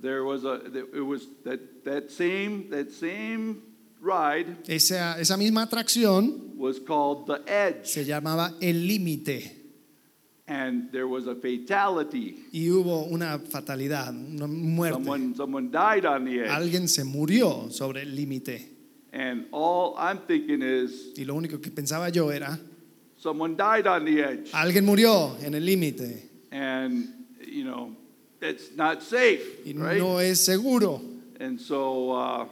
[SPEAKER 2] there was a it was that that same that same ride
[SPEAKER 3] esa, esa misma atracción
[SPEAKER 2] was called the Edge,
[SPEAKER 3] se llamaba El Límite.
[SPEAKER 2] and there was a fatality.
[SPEAKER 3] Y hubo una fatalidad, una muerte.
[SPEAKER 2] Someone someone died on the edge,
[SPEAKER 3] Alguien se murió sobre el límite.
[SPEAKER 2] and all I'm thinking is
[SPEAKER 3] Y lo único que pensaba yo era,
[SPEAKER 2] someone died on the edge,
[SPEAKER 3] alguien murió en el límite.
[SPEAKER 2] and you know that's not safe,
[SPEAKER 3] Y
[SPEAKER 2] right?
[SPEAKER 3] no es seguro.
[SPEAKER 2] And so, uh,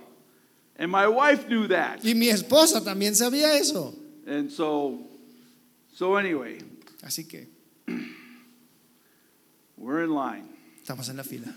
[SPEAKER 2] and my wife knew that,
[SPEAKER 3] Y mi esposa también sabía eso.
[SPEAKER 2] and so, so anyway,
[SPEAKER 3] Así que
[SPEAKER 2] we're in line.
[SPEAKER 3] estamos en la fila.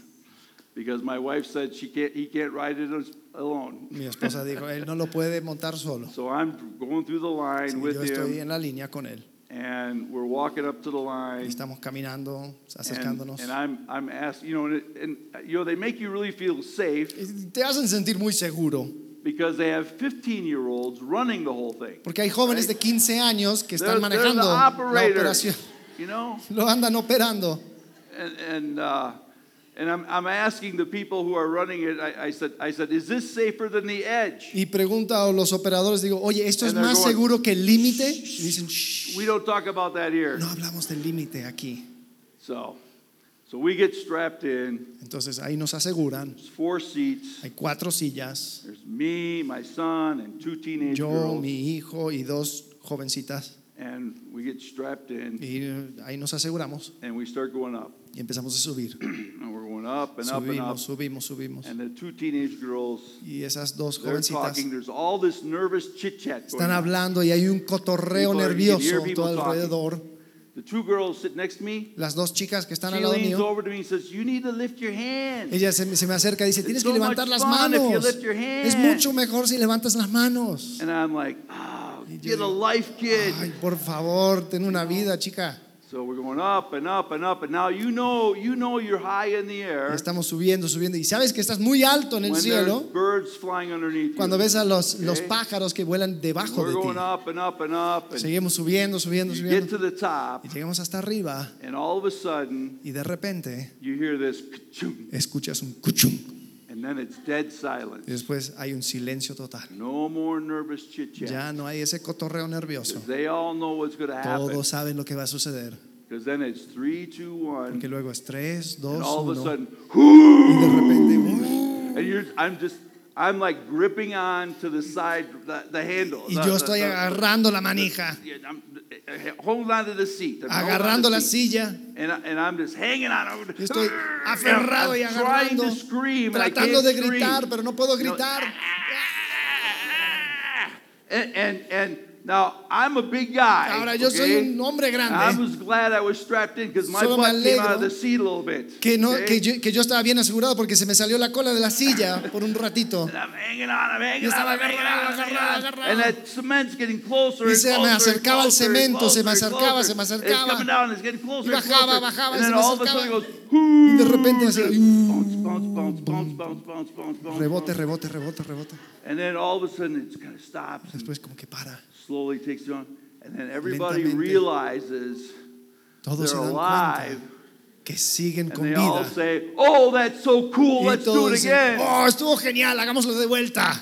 [SPEAKER 2] Because my wife said she can't, he can't ride it as- alone.
[SPEAKER 3] Mi esposa dijo, él no lo puede montar solo.
[SPEAKER 2] So I'm going through the
[SPEAKER 3] Así
[SPEAKER 2] line
[SPEAKER 3] que
[SPEAKER 2] with
[SPEAKER 3] Yo estoy
[SPEAKER 2] him,
[SPEAKER 3] en la línea con él.
[SPEAKER 2] and we're walking up to the
[SPEAKER 3] Y
[SPEAKER 2] line,
[SPEAKER 3] estamos caminando,
[SPEAKER 2] and,
[SPEAKER 3] acercándonos.
[SPEAKER 2] and I'm I'm asked, you know, and, it- and uh, you know they make you really feel safe
[SPEAKER 3] Y Te hacen sentir muy seguro,
[SPEAKER 2] because they have 15 year olds running the whole thing.
[SPEAKER 3] porque hay jóvenes de 15 años que están
[SPEAKER 2] They're- they're
[SPEAKER 3] manejando la operación. <laughs>
[SPEAKER 2] you know,
[SPEAKER 3] Lo andan operando.
[SPEAKER 2] and and. Uh, and I'm, I'm asking the people who are running it. I, I said, I said, is this safer than the edge?
[SPEAKER 3] Y pregunta a los operadores, digo, oye, ¿esto es
[SPEAKER 2] And they're
[SPEAKER 3] más
[SPEAKER 2] going,
[SPEAKER 3] seguro que el límite? Y dicen, "Shh,
[SPEAKER 2] We don't talk about that here.
[SPEAKER 3] no hablamos del límite aquí.
[SPEAKER 2] So, So we get strapped in.
[SPEAKER 3] Entonces ahí nos aseguran,
[SPEAKER 2] There's four seats.
[SPEAKER 3] hay cuatro sillas,
[SPEAKER 2] There's me, my son, and two teenage
[SPEAKER 3] yo,
[SPEAKER 2] girls.
[SPEAKER 3] mi hijo y dos jovencitas.
[SPEAKER 2] And we get strapped in
[SPEAKER 3] Y eh, ahí nos aseguramos
[SPEAKER 2] and we start going up. <clears throat>
[SPEAKER 3] y empezamos a subir.
[SPEAKER 2] And we're going up and up and up.
[SPEAKER 3] Subimos, subimos, subimos.
[SPEAKER 2] And the two teenage girls,
[SPEAKER 3] Y esas dos
[SPEAKER 2] they're
[SPEAKER 3] jovencitas
[SPEAKER 2] talking. There's all this nervous chit chat going
[SPEAKER 3] están
[SPEAKER 2] on.
[SPEAKER 3] hablando y hay un cotorreo
[SPEAKER 2] People are- you can hear
[SPEAKER 3] nervioso
[SPEAKER 2] people
[SPEAKER 3] todo
[SPEAKER 2] talking.
[SPEAKER 3] alrededor.
[SPEAKER 2] The two girls sit next to me.
[SPEAKER 3] Las dos chicas que están
[SPEAKER 2] She
[SPEAKER 3] al lado
[SPEAKER 2] leans
[SPEAKER 3] mío,
[SPEAKER 2] over to me and says, You need to lift your hand.
[SPEAKER 3] ella se, me- se me acerca y dice,
[SPEAKER 2] It's
[SPEAKER 3] tienes
[SPEAKER 2] so
[SPEAKER 3] que levantar
[SPEAKER 2] much
[SPEAKER 3] las
[SPEAKER 2] fun if you
[SPEAKER 3] manos.
[SPEAKER 2] lift your hand."
[SPEAKER 3] Es mucho mejor si levantas las manos.
[SPEAKER 2] And I'm like, Oh,
[SPEAKER 3] Y yo
[SPEAKER 2] get a
[SPEAKER 3] digo,
[SPEAKER 2] life, kid.
[SPEAKER 3] Ay, por favor, ten una vida, chica.
[SPEAKER 2] So we're going up and up and up, and now you know you know you're high in the air
[SPEAKER 3] Estamos subiendo, subiendo. Y sabes que estás muy alto en el
[SPEAKER 2] when there's
[SPEAKER 3] cielo
[SPEAKER 2] birds flying underneath
[SPEAKER 3] cuando
[SPEAKER 2] you.
[SPEAKER 3] ves a los, los
[SPEAKER 2] Okay.
[SPEAKER 3] pájaros que vuelan debajo
[SPEAKER 2] We're
[SPEAKER 3] de
[SPEAKER 2] going
[SPEAKER 3] ti.
[SPEAKER 2] up and up and up, and
[SPEAKER 3] Seguimos subiendo, subiendo,
[SPEAKER 2] you get
[SPEAKER 3] subiendo.
[SPEAKER 2] to the top,
[SPEAKER 3] Y llegamos hasta arriba
[SPEAKER 2] and all of a sudden
[SPEAKER 3] y de repente
[SPEAKER 2] you hear this, ka-chunk,
[SPEAKER 3] escuchas un cuchum.
[SPEAKER 2] and then it's dead
[SPEAKER 3] Y
[SPEAKER 2] silence.
[SPEAKER 3] después hay un silencio total.
[SPEAKER 2] No more nervous chit chat.
[SPEAKER 3] Ya no hay ese cotorreo nervioso.
[SPEAKER 2] They all know what's going to happen.
[SPEAKER 3] Todos saben lo que va a suceder.
[SPEAKER 2] Because then it's three, two, one,
[SPEAKER 3] Porque luego es 3,
[SPEAKER 2] and
[SPEAKER 3] 2,
[SPEAKER 2] all of a
[SPEAKER 3] 1.
[SPEAKER 2] sudden,
[SPEAKER 3] Y de
[SPEAKER 2] whoo!
[SPEAKER 3] repente, ¡uh!
[SPEAKER 2] And you're, I'm just, I'm like gripping on to the side, the, the handle.
[SPEAKER 3] y
[SPEAKER 2] the-
[SPEAKER 3] yo
[SPEAKER 2] the-
[SPEAKER 3] estoy
[SPEAKER 2] the-
[SPEAKER 3] agarrando la manija,
[SPEAKER 2] Yeah, I'm, eh, hold on to the seat. I'm holding on to
[SPEAKER 3] agarrando
[SPEAKER 2] the
[SPEAKER 3] la
[SPEAKER 2] seat.
[SPEAKER 3] silla.
[SPEAKER 2] And, I, and I'm just hanging on. I'm, <gasps>
[SPEAKER 3] Yo estoy aferrado y
[SPEAKER 2] I'm trying
[SPEAKER 3] agarrando,
[SPEAKER 2] to scream, and I
[SPEAKER 3] tratando
[SPEAKER 2] can't
[SPEAKER 3] de gritar,
[SPEAKER 2] scream.
[SPEAKER 3] pero no puedo
[SPEAKER 2] You know, ah,
[SPEAKER 3] gritar.
[SPEAKER 2] And, and, and now I'm a big guy.
[SPEAKER 3] Ahora yo soy
[SPEAKER 2] okay?
[SPEAKER 3] un hombre
[SPEAKER 2] I
[SPEAKER 3] grande
[SPEAKER 2] was glad I was strapped in because my
[SPEAKER 3] Solo me
[SPEAKER 2] butt came out
[SPEAKER 3] alegro
[SPEAKER 2] of the seat a little bit.
[SPEAKER 3] que, no,
[SPEAKER 2] okay?
[SPEAKER 3] que, yo, que yo estaba bien asegurado porque se me salió la cola de la silla por un ratito.
[SPEAKER 2] And I'm hanging on, I'm hanging
[SPEAKER 3] Yo
[SPEAKER 2] on,
[SPEAKER 3] estaba
[SPEAKER 2] I'm hanging
[SPEAKER 3] agarrado,
[SPEAKER 2] on, I'm
[SPEAKER 3] agarrado,
[SPEAKER 2] hanging on.
[SPEAKER 3] agarrado.
[SPEAKER 2] And that cement's getting closer
[SPEAKER 3] Y
[SPEAKER 2] and
[SPEAKER 3] se
[SPEAKER 2] closer
[SPEAKER 3] me
[SPEAKER 2] and
[SPEAKER 3] acercaba el
[SPEAKER 2] closer and
[SPEAKER 3] cemento, se me
[SPEAKER 2] closer and
[SPEAKER 3] acercaba,
[SPEAKER 2] closer.
[SPEAKER 3] se me
[SPEAKER 2] It's
[SPEAKER 3] acercaba.
[SPEAKER 2] coming down, it's getting closer
[SPEAKER 3] Y
[SPEAKER 2] and
[SPEAKER 3] bajaba,
[SPEAKER 2] closer. And
[SPEAKER 3] bajaba, y se
[SPEAKER 2] then
[SPEAKER 3] me
[SPEAKER 2] all of a
[SPEAKER 3] acercaba.
[SPEAKER 2] sudden it goes, "Hoo!"
[SPEAKER 3] Y de repente así, uh,
[SPEAKER 2] Bounce, bounce, bounce, bounce, bounce, bounce, bounce, bounce,
[SPEAKER 3] Rebote,
[SPEAKER 2] bounce.
[SPEAKER 3] rebote, rebote, rebote.
[SPEAKER 2] And then all of a sudden it kind of stops and
[SPEAKER 3] Después como que para.
[SPEAKER 2] slowly takes you on. And then everybody
[SPEAKER 3] Lentamente.
[SPEAKER 2] realizes
[SPEAKER 3] Todos se
[SPEAKER 2] They're
[SPEAKER 3] dan cuenta
[SPEAKER 2] alive.
[SPEAKER 3] que siguen
[SPEAKER 2] and
[SPEAKER 3] con
[SPEAKER 2] they all
[SPEAKER 3] vida.
[SPEAKER 2] say, Oh, that's so cool,
[SPEAKER 3] Y
[SPEAKER 2] let's do
[SPEAKER 3] todos
[SPEAKER 2] it
[SPEAKER 3] dicen,
[SPEAKER 2] again.
[SPEAKER 3] oh, estuvo genial, hagámoslo de vuelta.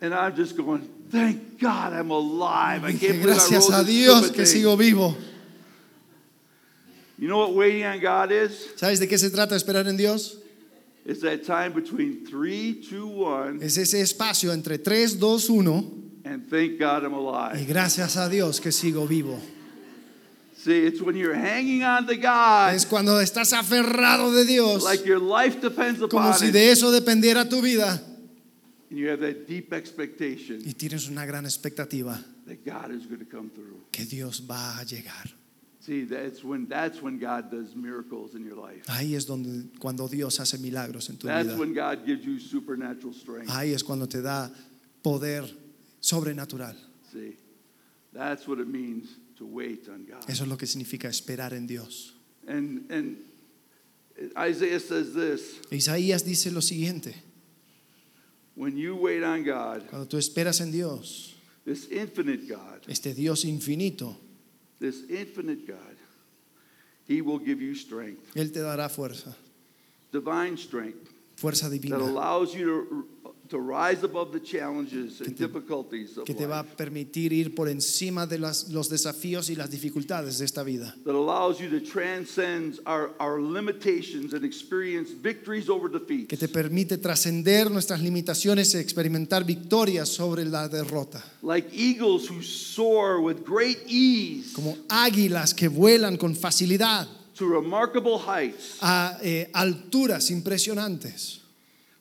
[SPEAKER 2] And I'm just going, Thank God I'm alive. I
[SPEAKER 3] Dije,
[SPEAKER 2] can't believe I
[SPEAKER 3] gracias a
[SPEAKER 2] wrote
[SPEAKER 3] Dios
[SPEAKER 2] this
[SPEAKER 3] que
[SPEAKER 2] stupid thing.
[SPEAKER 3] sigo vivo.
[SPEAKER 2] You know what waiting on God is?
[SPEAKER 3] ¿Sabes de qué se trata esperar en Dios?
[SPEAKER 2] It's that time between three, two, one,
[SPEAKER 3] Es ese espacio entre 3, 2, 1
[SPEAKER 2] and thank God I'm
[SPEAKER 3] y
[SPEAKER 2] alive.
[SPEAKER 3] gracias a Dios que sigo vivo.
[SPEAKER 2] See, it's when you're hanging on to God
[SPEAKER 3] Es cuando estás aferrado de Dios,
[SPEAKER 2] like your life depends
[SPEAKER 3] como
[SPEAKER 2] upon
[SPEAKER 3] si
[SPEAKER 2] it.
[SPEAKER 3] de eso dependiera tu vida.
[SPEAKER 2] And you have that deep expectation
[SPEAKER 3] Y tienes una gran expectativa
[SPEAKER 2] that God is going to come through.
[SPEAKER 3] que Dios va a llegar.
[SPEAKER 2] See, that's when that's when God does miracles in your life.
[SPEAKER 3] Ahí es donde cuando Dios hace milagros en tu
[SPEAKER 2] That's
[SPEAKER 3] vida.
[SPEAKER 2] when God gives you supernatural strength.
[SPEAKER 3] Ahí es cuando te da poder sobrenatural.
[SPEAKER 2] See, that's what it means to wait on God.
[SPEAKER 3] Eso es lo que significa esperar en Dios.
[SPEAKER 2] And and Isaiah says this:
[SPEAKER 3] Isaías dice lo siguiente,
[SPEAKER 2] When you wait on God,
[SPEAKER 3] cuando tú esperas en Dios,
[SPEAKER 2] this infinite God,
[SPEAKER 3] este Dios infinito,
[SPEAKER 2] this infinite God, He will give you strength,
[SPEAKER 3] Él te dará fuerza,
[SPEAKER 2] divine strength
[SPEAKER 3] fuerza
[SPEAKER 2] that
[SPEAKER 3] divina,
[SPEAKER 2] allows you to, to rise above the challenges and
[SPEAKER 3] Que te-
[SPEAKER 2] difficulties of
[SPEAKER 3] que te va a
[SPEAKER 2] life,
[SPEAKER 3] permitir ir por encima de las- los desafíos y las dificultades de esta vida,
[SPEAKER 2] that allows you to transcend our, our limitations and experience victories over defeats.
[SPEAKER 3] que te permite trascender nuestras limitaciones y experimentar victorias sobre la derrota,
[SPEAKER 2] Like eagles who soar with great ease
[SPEAKER 3] como águilas que vuelan con facilidad
[SPEAKER 2] to remarkable heights,
[SPEAKER 3] a eh, alturas impresionantes.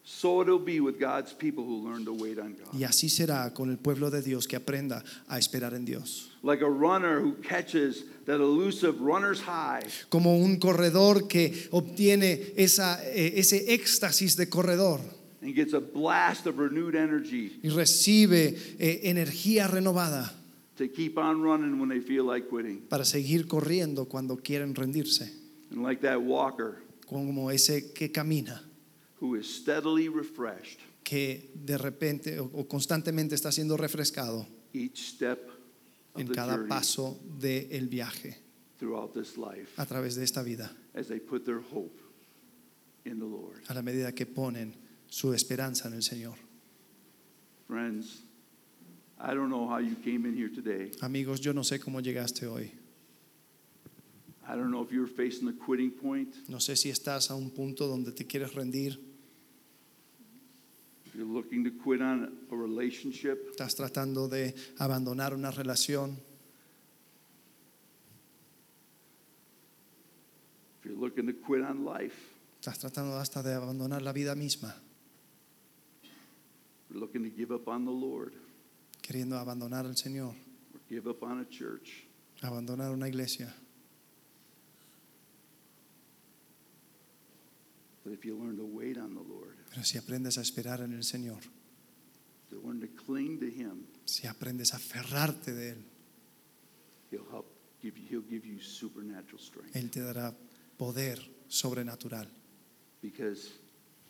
[SPEAKER 2] so it'll be with God's people who learn to wait on God.
[SPEAKER 3] Y así será con el pueblo de Dios que aprenda a esperar en Dios.
[SPEAKER 2] Like a runner who catches that elusive runner's high.
[SPEAKER 3] Como un corredor que obtiene esa, eh, ese éxtasis de corredor
[SPEAKER 2] and gets a blast of renewed energy
[SPEAKER 3] y recibe eh, energía renovada
[SPEAKER 2] to keep on running when they feel like quitting.
[SPEAKER 3] para seguir corriendo cuando quieren rendirse,
[SPEAKER 2] And like that walker
[SPEAKER 3] como ese que camina,
[SPEAKER 2] who is steadily refreshed
[SPEAKER 3] que de repente o, o constantemente está siendo refrescado
[SPEAKER 2] each step of
[SPEAKER 3] en
[SPEAKER 2] the
[SPEAKER 3] cada
[SPEAKER 2] journey
[SPEAKER 3] paso del viaje
[SPEAKER 2] throughout this life
[SPEAKER 3] a través de esta vida,
[SPEAKER 2] as they put their hope in the Lord.
[SPEAKER 3] a la medida que ponen su esperanza en el Señor.
[SPEAKER 2] Friends, I don't know how you came in here today.
[SPEAKER 3] Amigos, yo no sé cómo llegaste hoy.
[SPEAKER 2] I don't know if you're facing the quitting point.
[SPEAKER 3] No sé si estás a un punto donde te quieres rendir,
[SPEAKER 2] If you're looking to quit on a relationship,
[SPEAKER 3] estás tratando de abandonar una relación,
[SPEAKER 2] if you're looking to quit on life,
[SPEAKER 3] estás tratando hasta de abandonar la vida misma,
[SPEAKER 2] if you're looking to give up on the Lord
[SPEAKER 3] queriendo abandonar al Señor,
[SPEAKER 2] or give up on a church,
[SPEAKER 3] abandonar una iglesia.
[SPEAKER 2] but if you learn to wait on the Lord,
[SPEAKER 3] Pero si aprendes a esperar en el Señor,
[SPEAKER 2] to learn to cling to Him,
[SPEAKER 3] si aprendes a aferrarte de Él,
[SPEAKER 2] He'll help give you, He'll give you supernatural strength
[SPEAKER 3] Él te dará poder sobrenatural,
[SPEAKER 2] because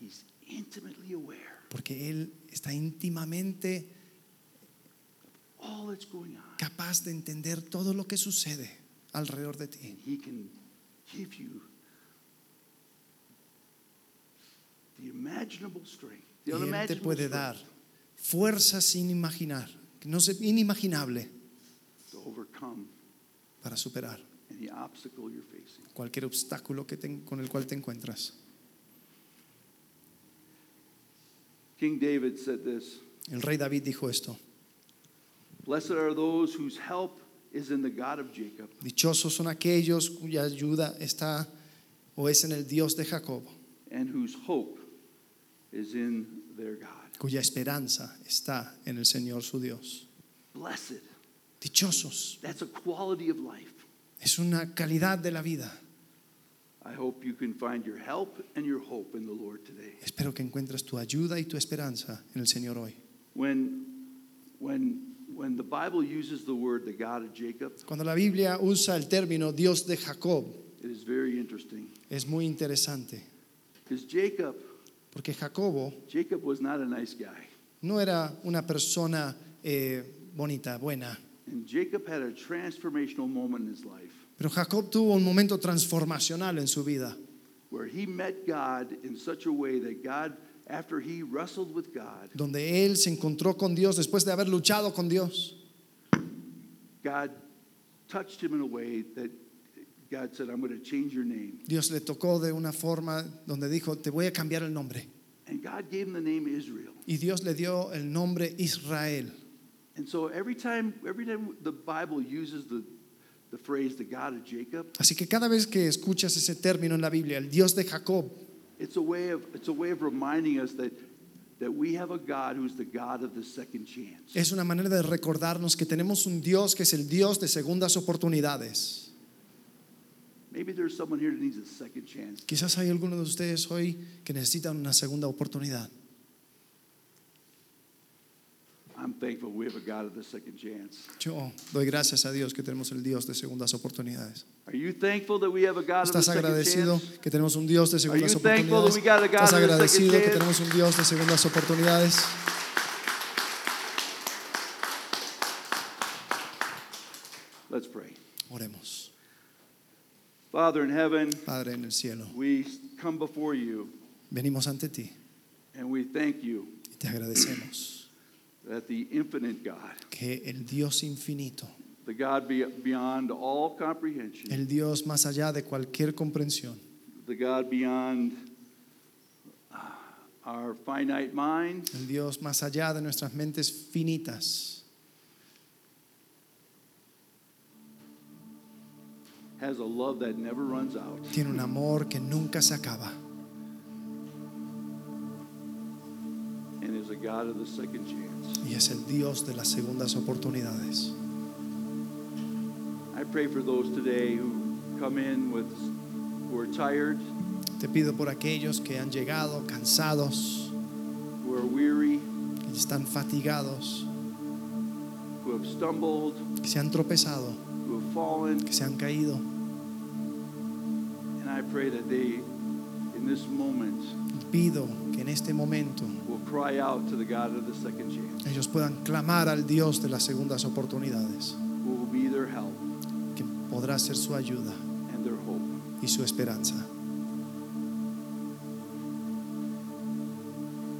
[SPEAKER 2] He's intimately aware
[SPEAKER 3] porque Él está íntimamente
[SPEAKER 2] of all that's going on,
[SPEAKER 3] capaz de entender todo lo que sucede alrededor de
[SPEAKER 2] and
[SPEAKER 3] ti
[SPEAKER 2] He can give you the imaginable strength. The
[SPEAKER 3] y Él te
[SPEAKER 2] unimaginable
[SPEAKER 3] puede dar
[SPEAKER 2] strength
[SPEAKER 3] fuerza sin imaginar, no se- inimaginable
[SPEAKER 2] to overcome
[SPEAKER 3] para superar
[SPEAKER 2] any obstacle you're facing.
[SPEAKER 3] cualquier obstáculo que te- con el cual te encuentras.
[SPEAKER 2] King David said this
[SPEAKER 3] El rey David dijo esto,
[SPEAKER 2] Blessed are those whose help is in the God of Jacob,
[SPEAKER 3] dichosos son aquellos cuya ayuda está o es en el Dios de Jacob,
[SPEAKER 2] and whose hope is in their God.
[SPEAKER 3] cuya esperanza está en el Señor su Dios.
[SPEAKER 2] Blessed.
[SPEAKER 3] Dichosos,
[SPEAKER 2] That's a quality of life.
[SPEAKER 3] es una calidad de la vida.
[SPEAKER 2] I hope you can find your help and your hope in the Lord today.
[SPEAKER 3] Espero que encuentres tu ayuda y tu esperanza en el Señor hoy.
[SPEAKER 2] When, when, when the Bible uses the word the God of Jacob,
[SPEAKER 3] Cuando la Biblia usa el término Dios de Jacob,
[SPEAKER 2] it is very interesting
[SPEAKER 3] es muy interesante,
[SPEAKER 2] because Jacob,
[SPEAKER 3] porque Jacobo
[SPEAKER 2] Jacob was not a nice guy,
[SPEAKER 3] no era una persona eh, bonita, buena,
[SPEAKER 2] and Jacob had a transformational moment in his life
[SPEAKER 3] pero Jacob tuvo un momento transformacional en su vida,
[SPEAKER 2] where he met God in such a way that God, after he wrestled with God,
[SPEAKER 3] donde él se encontró con Dios después de haber luchado con Dios.
[SPEAKER 2] God touched him in a way that God said, I'm going to change your name.
[SPEAKER 3] Dios le tocó de una forma donde dijo, te voy a cambiar el nombre.
[SPEAKER 2] And God gave him the name Israel.
[SPEAKER 3] Y Dios le dio el nombre Israel.
[SPEAKER 2] And so every time, every time the Bible uses the, the phrase the God of Jacob,
[SPEAKER 3] Así que cada vez que escuchas ese término en la Biblia, el Dios de Jacob,
[SPEAKER 2] it's a way of, it's a way of reminding us that, that we have a God who's the God of the second chance.
[SPEAKER 3] es una manera de recordarnos que tenemos un Dios que es el Dios de segundas oportunidades.
[SPEAKER 2] Maybe there's someone here that needs a second chance.
[SPEAKER 3] Quizás hay alguno de ustedes hoy que necesitan una segunda oportunidad.
[SPEAKER 2] I'm thankful we have a God of the second chance.
[SPEAKER 3] Yo doy gracias a Dios que tenemos el Dios de segundas oportunidades.
[SPEAKER 2] Are you thankful that we have a God of the
[SPEAKER 3] ¿Estás
[SPEAKER 2] second
[SPEAKER 3] agradecido
[SPEAKER 2] chance?
[SPEAKER 3] que tenemos un Dios de segundas
[SPEAKER 2] you thankful
[SPEAKER 3] oportunidades?
[SPEAKER 2] that we got a God
[SPEAKER 3] ¿Estás
[SPEAKER 2] with a second
[SPEAKER 3] agradecido que
[SPEAKER 2] chance?
[SPEAKER 3] tenemos un Dios de segundas oportunidades?
[SPEAKER 2] Let's pray.
[SPEAKER 3] Oremos.
[SPEAKER 2] Father in heaven,
[SPEAKER 3] Padre en el cielo,
[SPEAKER 2] we come before you
[SPEAKER 3] venimos ante ti
[SPEAKER 2] and we thank you
[SPEAKER 3] y te agradecemos
[SPEAKER 2] that the infinite God,
[SPEAKER 3] que el Dios infinito,
[SPEAKER 2] the God be- beyond all comprehension,
[SPEAKER 3] el Dios más allá de cualquier comprensión,
[SPEAKER 2] the God beyond uh, our finite minds,
[SPEAKER 3] el Dios más allá de nuestras mentes finitas,
[SPEAKER 2] has a love that never runs out.
[SPEAKER 3] tiene un amor que nunca se acaba
[SPEAKER 2] and is a God of the second chance.
[SPEAKER 3] y es el Dios de las segundas oportunidades.
[SPEAKER 2] I pray for those today who come in with who are tired,
[SPEAKER 3] Te pido por aquellos que han llegado cansados,
[SPEAKER 2] who are weary,
[SPEAKER 3] que están fatigados,
[SPEAKER 2] who have stumbled,
[SPEAKER 3] que se han tropezado,
[SPEAKER 2] who have fallen,
[SPEAKER 3] que se han caído.
[SPEAKER 2] and I pray that they in this moment
[SPEAKER 3] Pido que en este momento
[SPEAKER 2] will cry out to the God of the second chance,
[SPEAKER 3] ellos puedan clamar al Dios de las segundas oportunidades,
[SPEAKER 2] who will be their help
[SPEAKER 3] que podrá ser su ayuda
[SPEAKER 2] and their hope.
[SPEAKER 3] y su esperanza.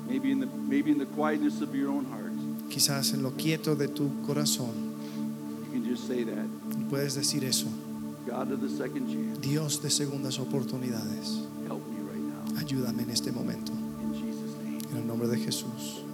[SPEAKER 2] Maybe in the maybe in the quietness of your own heart,
[SPEAKER 3] Quizás en lo quieto de tu corazón
[SPEAKER 2] you can just say that.
[SPEAKER 3] puedes decir eso.
[SPEAKER 2] God of the second chance,
[SPEAKER 3] Dios de segundas oportunidades,
[SPEAKER 2] help me right now.
[SPEAKER 3] ayúdame en este momento.
[SPEAKER 2] In Jesus' name.
[SPEAKER 3] En el nombre de Jesús.